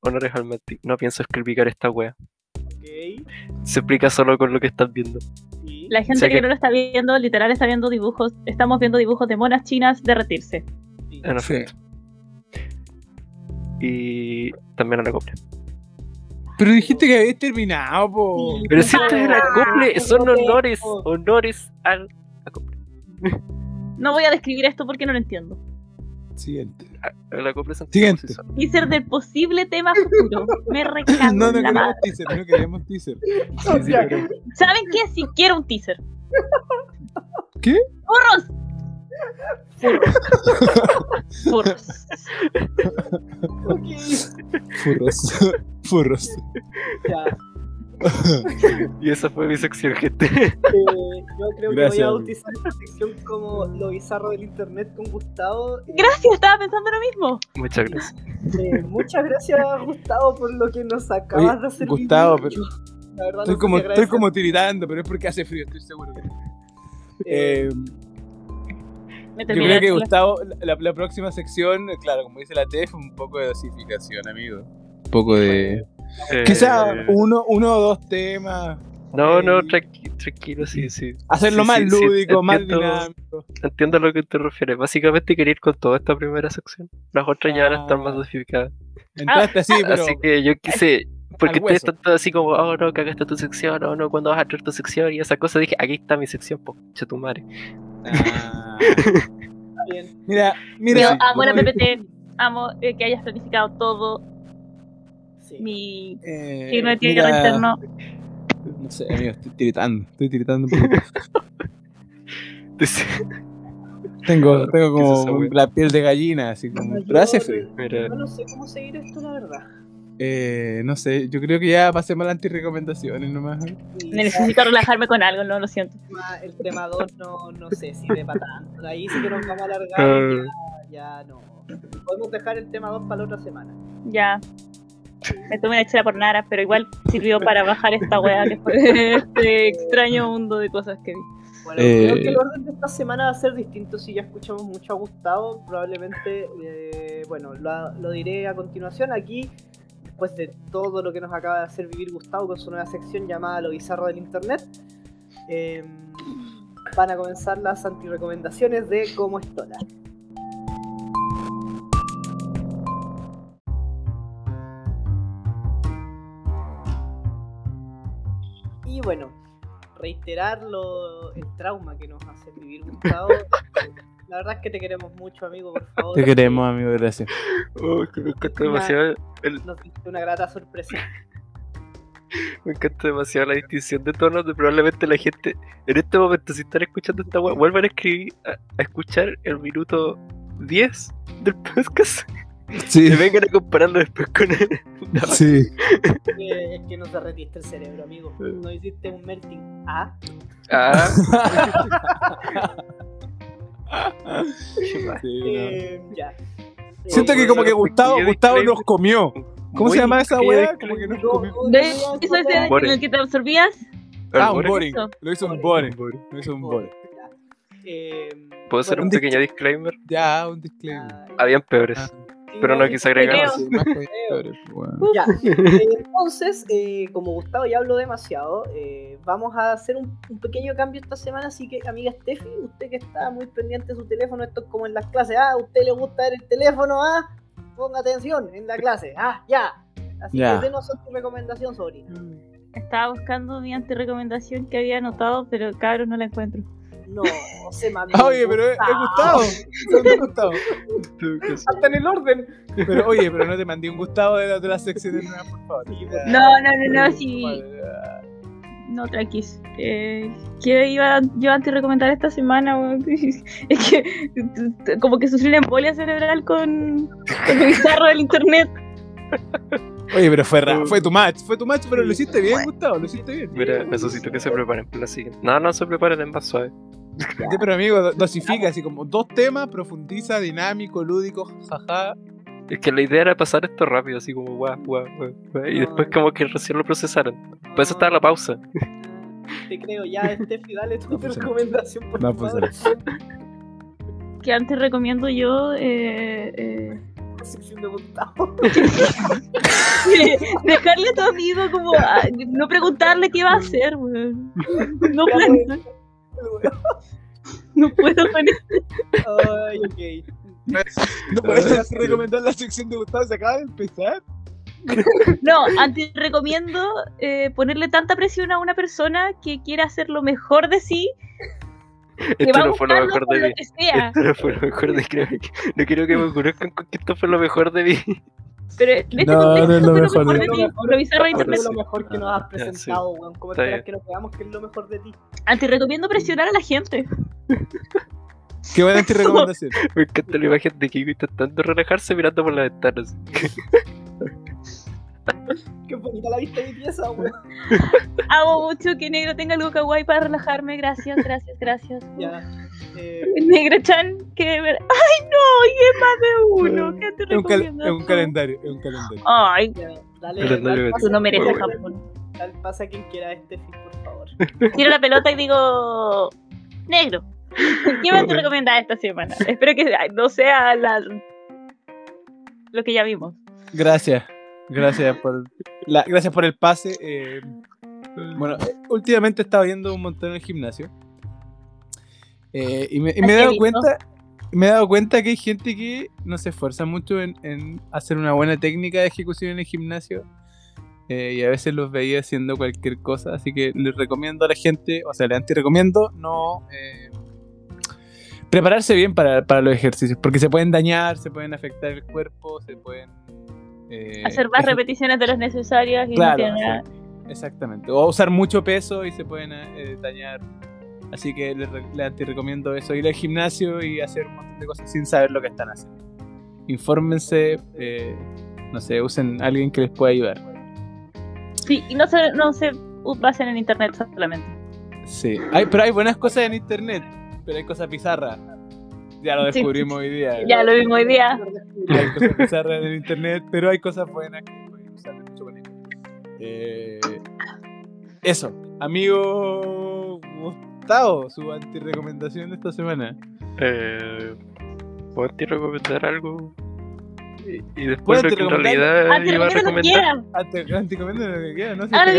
B: Honores al Mati. No pienso escribicar esta wea.
C: Ok,
B: Se explica solo con lo que estás viendo.
C: sí.
A: La gente
B: Sé
A: que,
B: que-
A: no lo está viendo, literal, está viendo dibujos. Estamos viendo dibujos de monas chinas derretirse.
B: En efecto. Y también a la copla.
D: Pero dijiste que habías terminado, po.
C: Sí.
B: Pero si esto es el
C: Ah,
B: acople, son
C: ok.
B: honores, honores al acople.
A: No voy a describir esto porque no lo entiendo.
D: Siguiente.
B: El acople son
D: Siguiente.
B: sí, son.
A: Teaser del posible tema futuro. Me recago
D: No, no
A: en la
D: queríamos
A: madre.
D: teaser, no queríamos teaser.
B: Sí, sí,
C: Ya.
B: pero-
A: ¿Saben qué? Si quiero un teaser.
D: ¿Qué?
A: ¡Burros! Burros.
C: Ok,
D: Furros. Furros.
C: ya.
B: Y esa fue mi sección, gente.
C: Eh, yo creo que voy
D: Gracias.
C: a bautizar esta sección como lo bizarro del internet con Gustavo. Eh,
A: Gracias, estaba pensando lo mismo.
B: Muchas gracias.
C: eh, muchas gracias, Gustavo, por lo que nos acabas
D: Oye,
C: de hacer.
D: Gustavo,
C: vivir.
D: pero-
C: Yo, la verdad, no
D: Estoy
C: sé
D: como,
C: si
D: estoy
C: agradecer.
D: como tiritando, pero es porque hace frío, estoy seguro.
C: Eh,
D: Eh,
A: Me
D: yo
A: terminé
D: creo que
A: de-
D: Gustavo, la, la próxima sección, claro, como dice la TEF, un poco de dosificación, amigo. Un poco de.
B: Eh,
D: Quizá uno, uno o dos temas.
B: No, no,
D: eh,
B: tranqui- tranquilo, sí, sí.
D: Hacerlo
B: Sí,
D: más
B: sí, sí,
D: lúdico, más
B: entiendo.
D: dinámico.
B: Entiendo a lo que te refieres. Básicamente quería ir con toda esta primera sección. Las otras ya van a estar más
D: Ah.
B: dosificadas.
D: Entraste así, pero.
B: Ah, así que yo quise. Porque ustedes
D: hueso.
B: están todos así como, oh no, cagaste tu sección, oh no, cuando vas a traer tu sección y esa cosa. Dije, aquí está mi sección, po, che tu madre.
D: Ah.
C: está bien.
D: Mira, mira.
A: Yo
B: Sí,
A: amo la
D: muy-
A: PPT. Amo eh, que hayas planificado todo
C: Sí.
A: mi
D: eh,
A: signo de
D: mira,
A: tierra interno.
D: No sé, amigo, estoy tiritando. Estoy tiritando un poquito.
B: Entonces,
D: Tengo, tengo
B: ¿Qué es esa
D: como
B: wea?
D: la piel de gallina, así como. Pero hace frío.
B: mira,
C: Yo no sé cómo seguir esto, la verdad.
D: Eh, no sé, yo creo que ya pasemos las antirrecomendaciones nomás. ¿eh?
C: Y
A: Necesito relajarme con algo, no lo siento.
C: el tema- el tema 2 no, no sé si de patán. Ahí sí que nos vamos a alargar.
B: eh,
C: Ya no. Podemos dejar el tema 2 para la otra semana.
A: Ya. Me tomé una chela por nada, pero igual sirvió para bajar esta weá que fue este extraño mundo de cosas que vi.
C: Bueno,
D: Eh,
C: creo que el orden de esta semana va a ser distinto si ya escuchamos mucho a Gustavo. Probablemente, eh, bueno, lo, lo diré a continuación aquí, después de todo lo que nos acaba de hacer vivir Gustavo con su nueva sección llamada Lo Bizarro del Internet. eh, van a comenzar las antirecomendaciones de cómo es Tola. Y bueno, reiterar lo- el trauma que nos hace vivir Gustavo. La verdad es que te queremos mucho, amigo, por favor.
D: Te queremos, amigo, gracias.
B: oh, que me encanta demasiado. el-
C: Nos diste una grata sorpresa.
B: me encanta demasiado la distinción de tonos. De probablemente la gente en este momento, si están escuchando esta wea, vuelvan a escribir, a, a escuchar el minuto 10 del podcast.
D: Sí,
B: Y vengan a compararlo después con él. No,
D: sí.
C: Eh, es que nos derretiste el cerebro, amigo. Nos hiciste un melting. Ah,
B: Ah,
C: eh, ya. Eh,
D: Siento que como que Gustavo, Gustavo nos comió. ¿Cómo
B: muy
D: se llama esa
B: increíble.
D: weá? Como que nos
C: no,
D: comió.
C: no,
A: ¿Ves?
C: no, no,
A: Eso es
C: no,
A: en el que te absorbías.
D: Ah, un
B: Albore.
D: boring. Lo hizo un
B: Albore.
D: boring. Lo hizo un
C: no,
D: boring.
C: ya. Eh,
B: ¿Puedo hacer
C: bueno,
B: un pequeño disclaimer?
D: Ya, un disclaimer.
C: ya,
B: Habían peores.
D: Ah,
B: pero no quise agregar
A: Creo.
D: sí, más conectores, pues, weón.
C: Ya, eh, entonces, eh, como Gustavo ya habló demasiado, eh, vamos a hacer un, un pequeño cambio esta semana, así que amiga Steffi, usted que está muy pendiente de su teléfono, esto es como en las clases, ah, a usted le gusta ver el teléfono, ah, ponga atención en la clase, ah, ya. Así
D: Ya. Mm.
C: que denos su recomendación, sobrina.
A: Estaba buscando mi antirecomendación que había anotado, pero cabros no la encuentro.
C: No, se mandó.
D: Oye, pero eh, he
A: Ah.
D: Gustavo. Son dos Gustavo.
C: Falta en el orden.
D: Pero oye, pero no te mandé un Gustavo de la otra sección de nueva, por favor.
A: No, no, no, no, sí. No, tranquis. Eh, ¿Qué iba yo a antirecomendar esta semana? weón? es que t- t- como que sufrí una embolia cerebral con, con lo bizarro del internet.
D: Oye, pero fue raro. Fue tu match. Fue tu match, pero lo hiciste bien, Gustavo. Lo hiciste bien.
B: Mira, necesito que se preparen para la siguiente. No, no se preparen en más suave.
D: Ya, pero amigo, do- dosifica así como dos temas, profundiza, dinámico, lúdico, jaja.
B: Es que la idea era pasar esto rápido, así como guau, guau, guau, guau, Y
C: No.
D: Ah.
B: después como que recién lo procesaron. Por Pues eso estaba la pausa.
C: Te creo, ya, Steffi, dale tu
E: No
D: pues,
E: funciona.
C: recomendación, por
E: No
D: eh.
C: favor.
A: Que antes recomiendo yo eh, eh,
C: Sección de Gustavo.
A: dejarle a tu amigo como a- no preguntarle qué va a hacer, weón. No
C: Ya,
A: puedo, no puedo con esto.
C: Ay, ok.
E: No puedes recomendar la sección de Gustavo, se acaba de empezar.
A: No, antes recomiendo eh, ponerle tanta presión a una persona que quiera hacer lo mejor de sí, que va
B: Esto
A: a
B: no fue lo
A: buscarlo
B: mejor
A: por
B: de
A: lo
B: mí.
A: que sea.
B: Esto no fue lo mejor de mí. No quiero que me conozcan con que esto fue lo mejor de mí.
A: Pero en este
D: No,
A: contexto
D: no es lo
A: fue
D: mejor de
A: de
C: ti.
A: ti, lo bizarro de internet.
C: Es lo mejor que nos has
B: Ya, sí.
C: presentado, weón. ¿Cómo
B: Está
C: esperas
B: bien.
C: que nos veamos que es lo mejor de ti?
A: Antes recomiendo presionar a la gente.
D: Qué buena tu recomendación.
B: Me encanta la imagen de Kiko intentando relajarse mirando por las ventanas.
C: Qué bonita la vista de mi pieza, weón.
A: Amo mucho que negro tenga algo kawaii para relajarme. Gracias, gracias, gracias.
C: Ya. Eh,
A: Negro Chan, que de ver- ¡Ay, no! Y es más de uno. ¿Qué te
D: Eh, Es un, cal-
A: recomiendo?
D: es un calendario, es un calendario.
A: Ay,
C: ya, dale,
B: Pero no
C: dale
B: le-
C: pase
A: tú no
C: a quien
A: mereces
C: quiera,
A: Japón.
C: Dale pasa a quien quiera este film, por favor.
A: Tiro la pelota y digo. Negro. ¿Qué más te recomiendas esta semana? Espero que no sea la... lo que ya vimos.
D: Gracias. Gracias por, la, gracias por el pase. eh, bueno, eh, últimamente he estado viendo un montón en el gimnasio. Eh, y me, y me
A: Así
D: he
A: he
D: dado
A: visto.
D: cuenta. Me he dado cuenta que hay gente que no se esfuerza mucho en, en hacer una buena técnica de ejecución en el gimnasio. eh, y a veces los veía haciendo cualquier cosa. Así que les recomiendo a la gente, o sea, le anti-recomiendo no eh, prepararse bien para, para los ejercicios. Porque se pueden dañar, se pueden afectar el cuerpo, se pueden. eh,
A: Hacer más
D: eje-
A: repeticiones de las necesarias y no
D: Claro,
A: tiene nada.
D: sí, exactamente. O usar mucho peso y se pueden eh, dañar. Así que les, re- les- te recomiendo eso, ir al gimnasio y hacer un montón de cosas sin saber lo que están haciendo. Infórmense, eh, no sé, usen a alguien que les pueda ayudar.
A: Sí, y no se, no se basen en internet solamente.
B: Eh,
D: Sí, hay, pero hay buenas cosas en internet, pero hay cosas bizarras. Ya lo
A: Sí.
D: descubrimos hoy día.
A: Ya lo vimos hoy día.
D: Hay cosas bizarras en el internet, pero hay cosas buenas que pueden usar de mucho con Eh, eso, amigo Gustavo, su antirecomendación de esta semana.
B: Eh, ¿Puedo te recomendar algo? Y, y
D: Puedo
B: después lo que en
D: antirrecomendar-
A: Ah,
B: realidad
A: te
B: iba
A: recomiendo
B: a
A: lo que
B: recomendar.
A: quieras.
D: Ante- Anticomiendo lo que queda, ¿no? Si
A: Ahora
D: este
A: Ah, lo que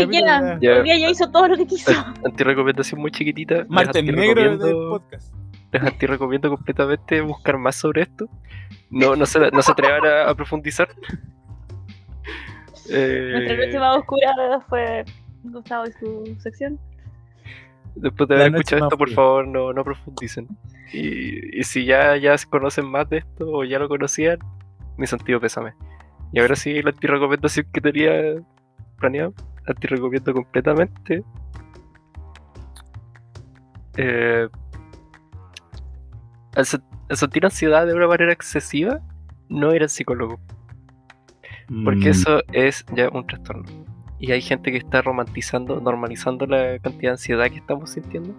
A: quiera.
D: capítulo ya-
B: Ya.
A: Hoy día ya hizo todo lo que quiso.
B: este, Antirecomendación muy chiquitita. les
D: Marte Negro del
B: antirrecomiendo-
D: podcast.
B: les antirecomiendo completamente buscar más sobre esto. No, no se, no se atrevan a, a profundizar. Eh,
A: Nuestra noche más oscura fue Gustavo y su sección.
B: después de
D: La
B: haber
D: noche
B: escuchado
D: más
B: esto, por
D: fría.
B: favor, no, no profundicen. Y, y si ya, ya se conocen más de esto o ya lo conocían, mi sentido pésame. Y ahora sí, la antirecomendación que tenía planeado, la antirecomiendo completamente. Eh, al, sen- al sentir ansiedad de una manera excesiva, no ir al psicólogo,
D: Mm.
B: porque eso es ya un trastorno. Y hay gente que está romantizando, normalizando la cantidad de ansiedad que estamos sintiendo.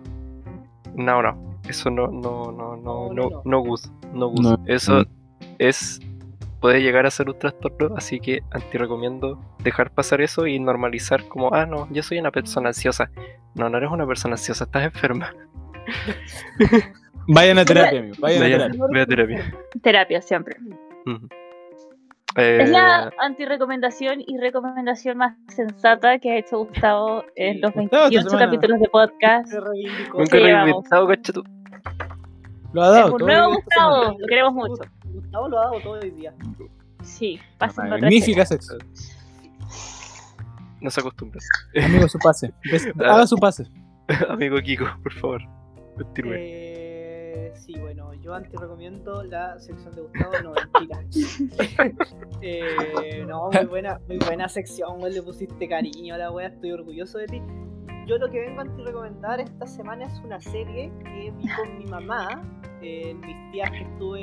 B: No, no, eso no, no, no, no,
C: No, no,
B: no,
C: no.
B: no, Gus, no, Gus.
D: No,
B: Eso
D: no.
B: es, puede llegar a ser un trastorno, así que te recomiendo dejar pasar eso y normalizar como, ah, no, yo soy una persona ansiosa. No, no eres una persona ansiosa, estás enferma.
D: Vayan a terapia, amigo. Vayan a
B: Vaya,
D: terapia.
B: ve a terapia.
A: Terapia siempre.
B: Ujú.
A: Es
B: Eh,
A: la antirecomendación y recomendación más sensata que ha hecho Gustavo en los
D: Gustavo, esta
A: 28
D: semana.
A: capítulos de podcast.
C: Se reivindicó.
B: Nunca
A: Sí,
B: lo he
A: vamos.
B: inventado, cacha tú.
D: Lo ha dado.
A: Es un
D: todo
A: nuevo
D: esta semana.
A: Gustavo, lo queremos mucho.
C: Gustavo lo ha dado todo el día.
A: Sí, pasen otra
D: Magnífica sección.
B: No se acostumbra.
D: Amigo, su pase. Des- Haga su pase.
B: Amigo Kiko, por favor, continúe.
C: Eh, sí, bueno, yo antes recomiendo la sección de Gustavo, no mentira. Eh, no, muy buena, muy buena sección, weón, le pusiste cariño a la wea, estoy orgulloso de ti. Yo lo que vengo a anti recomendar esta semana es una serie que vi con mi mamá eh, en mis días que estuve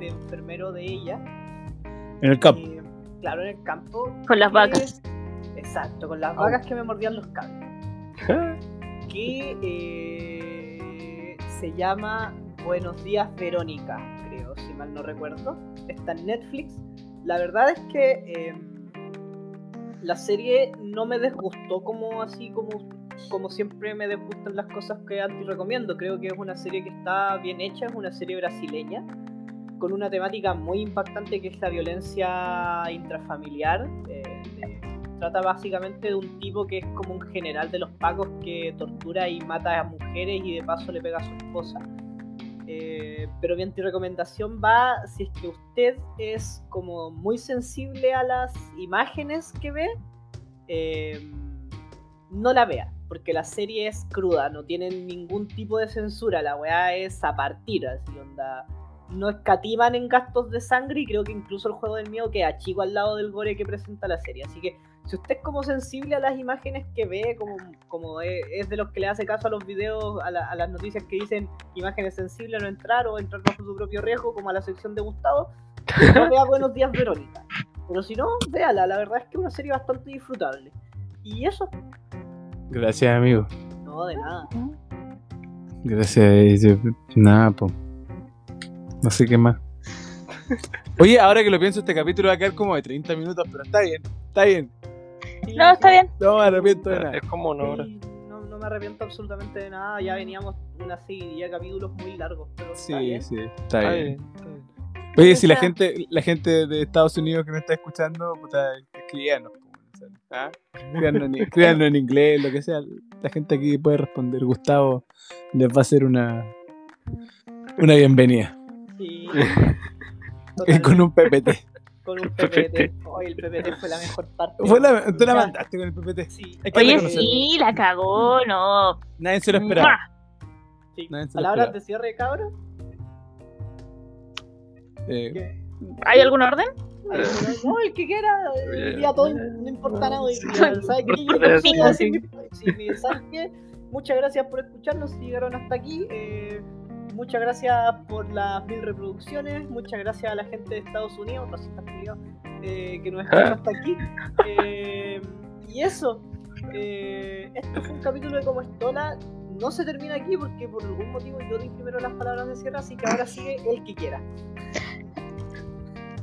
C: de enfermero de ella.
D: En el campo.
C: Eh, claro, en el campo.
A: Con las
C: que-
A: vacas.
C: Exacto, con las vacas que me mordían los cables que eh, se llama Buenos días Verónica, creo, si mal no recuerdo. Está en Netflix La verdad es que eh, la serie no me desgustó como así como, como siempre me desgustan las cosas que anti recomiendo. Creo que es una serie que está bien hecha, es una serie brasileña con una temática muy impactante que es la violencia intrafamiliar. Eh, de- trata básicamente de un tipo que es como un general de los pacos que tortura y mata a mujeres y de paso le pega a su esposa. Eh, pero mi antirecomendación va si es que usted es como muy sensible a las imágenes que ve, eh, no la vea, porque la serie es cruda, no tiene ningún tipo de censura, la weá es a partir, así onda. No escatiman en gastos de sangre y creo que incluso el juego del miedo queda chico al lado del gore que presenta la serie. Así que si usted es como sensible a las imágenes que ve, como, como es, es de los que le hace caso a los videos, a, la- a las noticias que dicen imágenes sensibles no entrar o entrar bajo su propio riesgo, como a la sección de Gustavo, no vea Buenos Días Verónica. Pero si no, véala, la verdad es que es una serie bastante disfrutable. Y eso,
D: Gracias, amigo.
C: no, de nada.
D: Gracias. yo- Nada, po. No sé qué más. Oye, ahora que lo pienso, este capítulo va a quedar como de 30 minutos, pero está bien, está bien.
A: No, está bien.
D: No me arrepiento de nada.
B: Ah, Es como una hora.
C: Sí, No, no me arrepiento absolutamente de nada, ya veníamos una serie de capítulos muy largos, pero está
D: Sí,
C: bien.
D: sí, está
B: Está
D: bien.
B: bien, está bien.
D: Oye, si la
A: Está-
D: gente, la gente de Estados Unidos que me está escuchando, puta, escríbanos. po, o sea, ¿ah? Escríbanos en, escríbanos en inglés, lo que sea. La gente aquí puede responder. Gustavo les va a hacer una, una bienvenida.
C: Sí.
D: Y con un PPT.
C: con un PPT.
B: PPT.
C: Hoy el PPT fue la mejor parte.
D: Fue la- tú la mandaste con el PPT.
C: Sí,
D: Hay que
A: Oye,
D: reconocerlo.
A: sí, la cagó, no.
D: Nadie se lo esperaba.
A: ¡Mua!
C: sí.
D: Nadie se lo
C: Palabras
D: esperaba.
C: de cierre, cabros.
D: Eh,
C: ¿Qué?
A: ¿Hay algún orden?
C: Ay, No, el que quiera, el día todo, no importa nada. hoy día, ¿Sabes qué? Yo
B: No importa
C: voy a
A: eso.
C: decir mi- sí, mi- ¿sabes qué? Muchas gracias por escucharnos, si llegaron hasta aquí. eh, muchas gracias por las mil reproducciones. Muchas gracias a la gente de Estados Unidos, racistas culiados, eh, que nos escuchó hasta aquí. Eh, y eso, eh, este fue un capítulo de Como Estola. No se termina aquí porque por algún motivo yo di primero las palabras de cierre, así que ahora sigue el que quiera.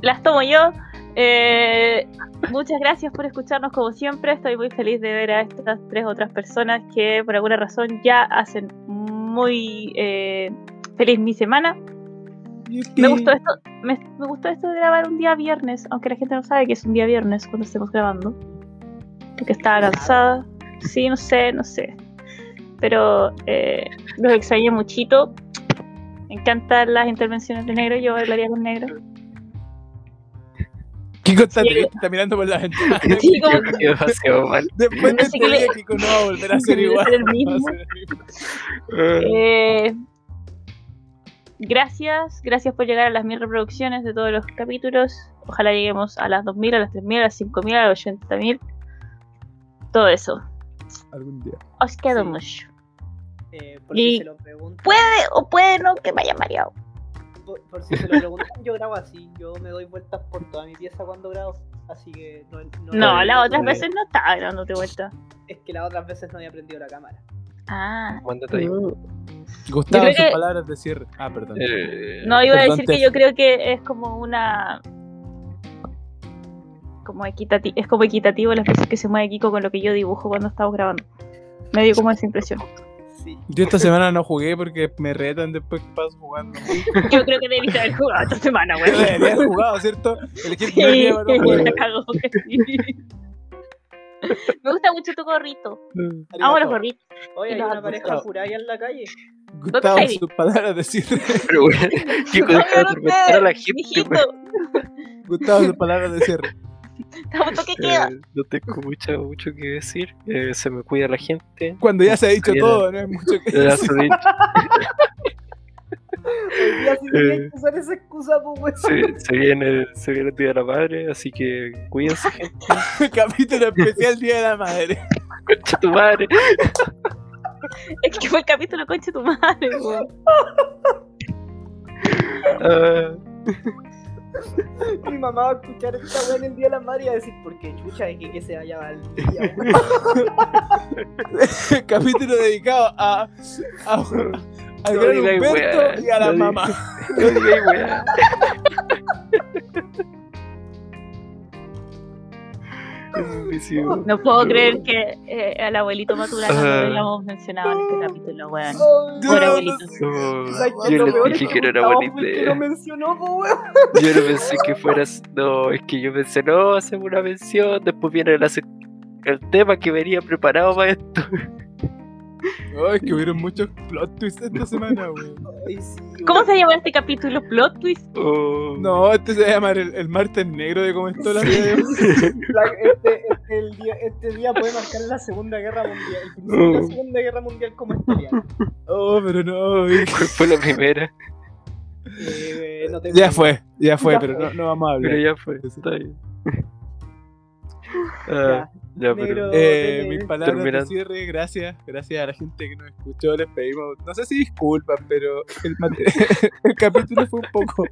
A: las tomo yo. Eh, muchas gracias por escucharnos como siempre. Estoy muy feliz de ver a estas tres otras personas que por alguna razón ya hacen muy eh, feliz mi semana. Me gustó esto, me, me gustó esto de grabar un día viernes, aunque la gente no sabe que es un día viernes cuando estemos grabando. Porque estaba cansada. Sí, no sé, no sé. Pero eh, los extrañé muchito. Me encantan las intervenciones de negro, yo bailaría con negro.
D: Kiko está,
A: Sí.
D: triste, está mirando por la ventana.
A: Sí, como
B: Yo me quedé demasiado mal.
D: Después
A: Así
D: de este
A: que le-
D: día, Kiko no va a volver a ser
A: Volver a
D: igual.
A: ser el mismo.
D: Va a ser el mismo.
A: Eh, gracias, gracias por llegar a las mil reproducciones de todos los capítulos. Ojalá lleguemos a las 2000, a las 3000, a las 5000, a las 80.000. Todo eso.
D: Algún día.
A: Os quedo
C: Sí.
A: mucho.
C: Eh, por si
A: Y-
C: se lo preguntan.
A: Eh, O puede no que vaya mareado.
C: Por, por si se lo preguntan, yo grabo así. Yo me doy vueltas por toda mi pieza cuando grabo. Así que no. No,
A: No, las otras
C: no-
A: veces no estaba dándote vuelta.
C: Es que las otras veces no había prendido la cámara.
A: Ah.
B: Mándate ahí.
D: Gustavo,
A: creo
D: sus
A: que-
D: palabras de cierre. Ah, perdón.
B: Eh,
A: No, iba a
D: Perdón,
A: decir que
D: Tef.
A: yo creo que es como una. Como equitati es como equitativo las veces que se mueve Kiko con lo que yo dibujo cuando estamos grabando. Me dio como esa impresión.
C: Sí.
D: Yo esta semana no jugué porque me retan después que paso jugando.
A: Yo creo que debiste haber jugado esta semana,
D: Yo
A: güey.
D: debería haber jugado, ¿cierto? Elegí el primer
A: Sí,
D: día para no jugar.
A: la cagó, sí. Me gusta mucho tu gorrito. Amo los gorritos.
C: Oye, hay
A: Las
C: una
A: has
C: pareja
D: cortado.
C: furaya en la calle.
D: Gustavo,
A: ¿Dónde
D: sus palabras de cierre.
B: Pero bueno, Kiko,
A: No,
B: deja
A: no
B: de
A: sé,
B: atormentar a la gente, pues. güey.
A: Mijito,
D: Gustavo, sus palabras de cierre.
A: tanto que queda.
B: Eh, No tengo mucho, mucho que decir. Eh, se me cuida la gente. Eh,
D: Cuando ya se ha dicho
B: Mira.
D: todo, no hay mucho que
B: Ya
D: decir.
B: se di-
C: Hoy día sí
B: Eh.
C: que usar esa excusa, pues, weón.
B: se, se viene, se viene el día de la madre, así que cuídense, gente.
D: Capítulo especial Día de la Madre.
B: Concha tu madre. Eh.
A: Es que fue el capítulo conche tu madre, güey.
B: Ah,
C: Mi mamá va a escuchar esta weón el día de la madre y va a decir, ¿por qué chucha es que, que se vaya al día, weón?"
D: Capítulo dedicado a. a, a
B: ah.
D: al
B: No
D: gran
B: digáis
D: Humberto
B: weá,
D: y a la
B: no
D: mamá.
B: digáis- no digáis, weá. Invisible.
A: No puedo creer que eh, al abuelito Maturana no lo habíamos mencionado en este capítulo, weón. Pobre abuelito.
B: Oh,
C: ¿Sabes qué?
B: yo
C: Lo
B: les
C: peor es
B: dije que no era
C: Gustavo
B: buena
C: fue el que
B: idea.
C: lo mencionó, po, weón.
B: Yo no pensé que fueras. No, es que yo pensé, no, hacemos una mención. Después viene el, ace- el tema que venía preparado para esto.
D: Ay, que hubieron muchos plot twists esta semana, weón.
C: Ay, sí,
A: ¿Cómo
C: weón.
A: se llama este capítulo? ¿Plot twist?
B: Oh.
D: No, este se va a llamar el, el martes negro de cómo estuvo la vida de-
C: La- este, este- el día, este día puede marcar la Segunda Guerra Mundial. El principio de la Segunda Guerra Mundial como este estaría.
D: Oh, pero no, weón.
B: ¿Cuál fue la primera?
C: Eh, no tengo
D: Ya fue, ya fue,
C: Ya
D: pero
C: fue.
D: no, no vamos a
B: Pero
D: hablar.
B: ya fue, está bien. Ah, ya, pero.
C: Negro,
D: Eh,
C: tele-
D: mis palabras
B: Terminando.
D: de cierre, gracias, gracias a la gente que nos escuchó, les pedimos, no sé si disculpas, pero el, mate- el capítulo fue un poco,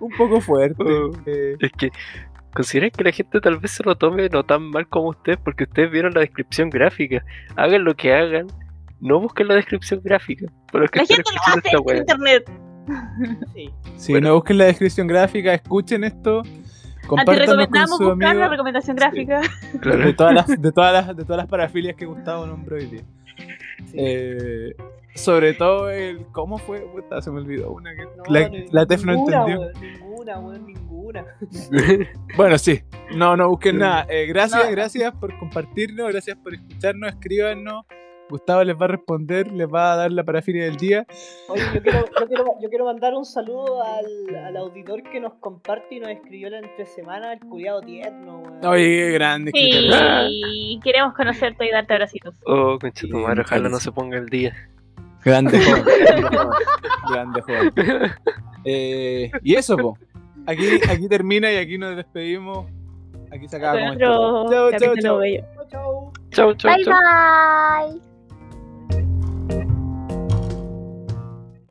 D: un poco fuerte.
B: Oh.
D: eh,
B: Es que consideren que la gente tal vez se lo tome no tan mal como ustedes, porque ustedes vieron la descripción gráfica. Hagan lo que hagan, no busquen la descripción gráfica. Para los que
A: La
B: estén
A: gente lo
B: escuchando
A: hace
B: esta
A: en
B: wea.
A: internet.
C: Sí.
D: si
B: Bueno.
D: no busquen la descripción gráfica, escuchen esto,
C: Ah,
A: Te
D: compártanlo con
A: recomendamos
D: sus
A: buscar la
D: amigos
A: recomendación gráfica.
B: Claro.
D: de todas las, de todas las, de todas las parafilias que Gustavo nombró hoy día.
C: Sí.
D: Eh, sobre todo el cómo fue, puta, se me olvidó una que
C: No,
D: la,
C: ni-
D: la Tef no
C: ninguna,
D: entendió.
C: weón, ninguna, weón, ninguna.
D: Bueno, sí. No, no busquen nada. Eh, gracias,
A: No.
D: gracias por compartirnos, gracias por escucharnos, escríbanos. Gustavo les va a responder, les va a dar la parafilia del día.
C: Oye, yo quiero, yo quiero, yo quiero mandar un saludo al, al auditor que nos comparte y nos escribió la entre semana, el culiado tierno, weón.
D: Oye, qué grande. escritor.
A: Y queremos conocerte y darte abracitos.
B: Oh, conchetumare,
D: Sí,
B: ojalá no
D: parece.
B: se ponga el día.
D: Grande joven. grande joven, Grande joven. Eh, y eso, po. Aquí, aquí termina y aquí nos despedimos. Aquí se acaba
A: Con
D: como esto.
A: otro capítulo bello.
C: Chau, chau.
B: Chau, chau,
F: Bye
B: chau.
F: bye.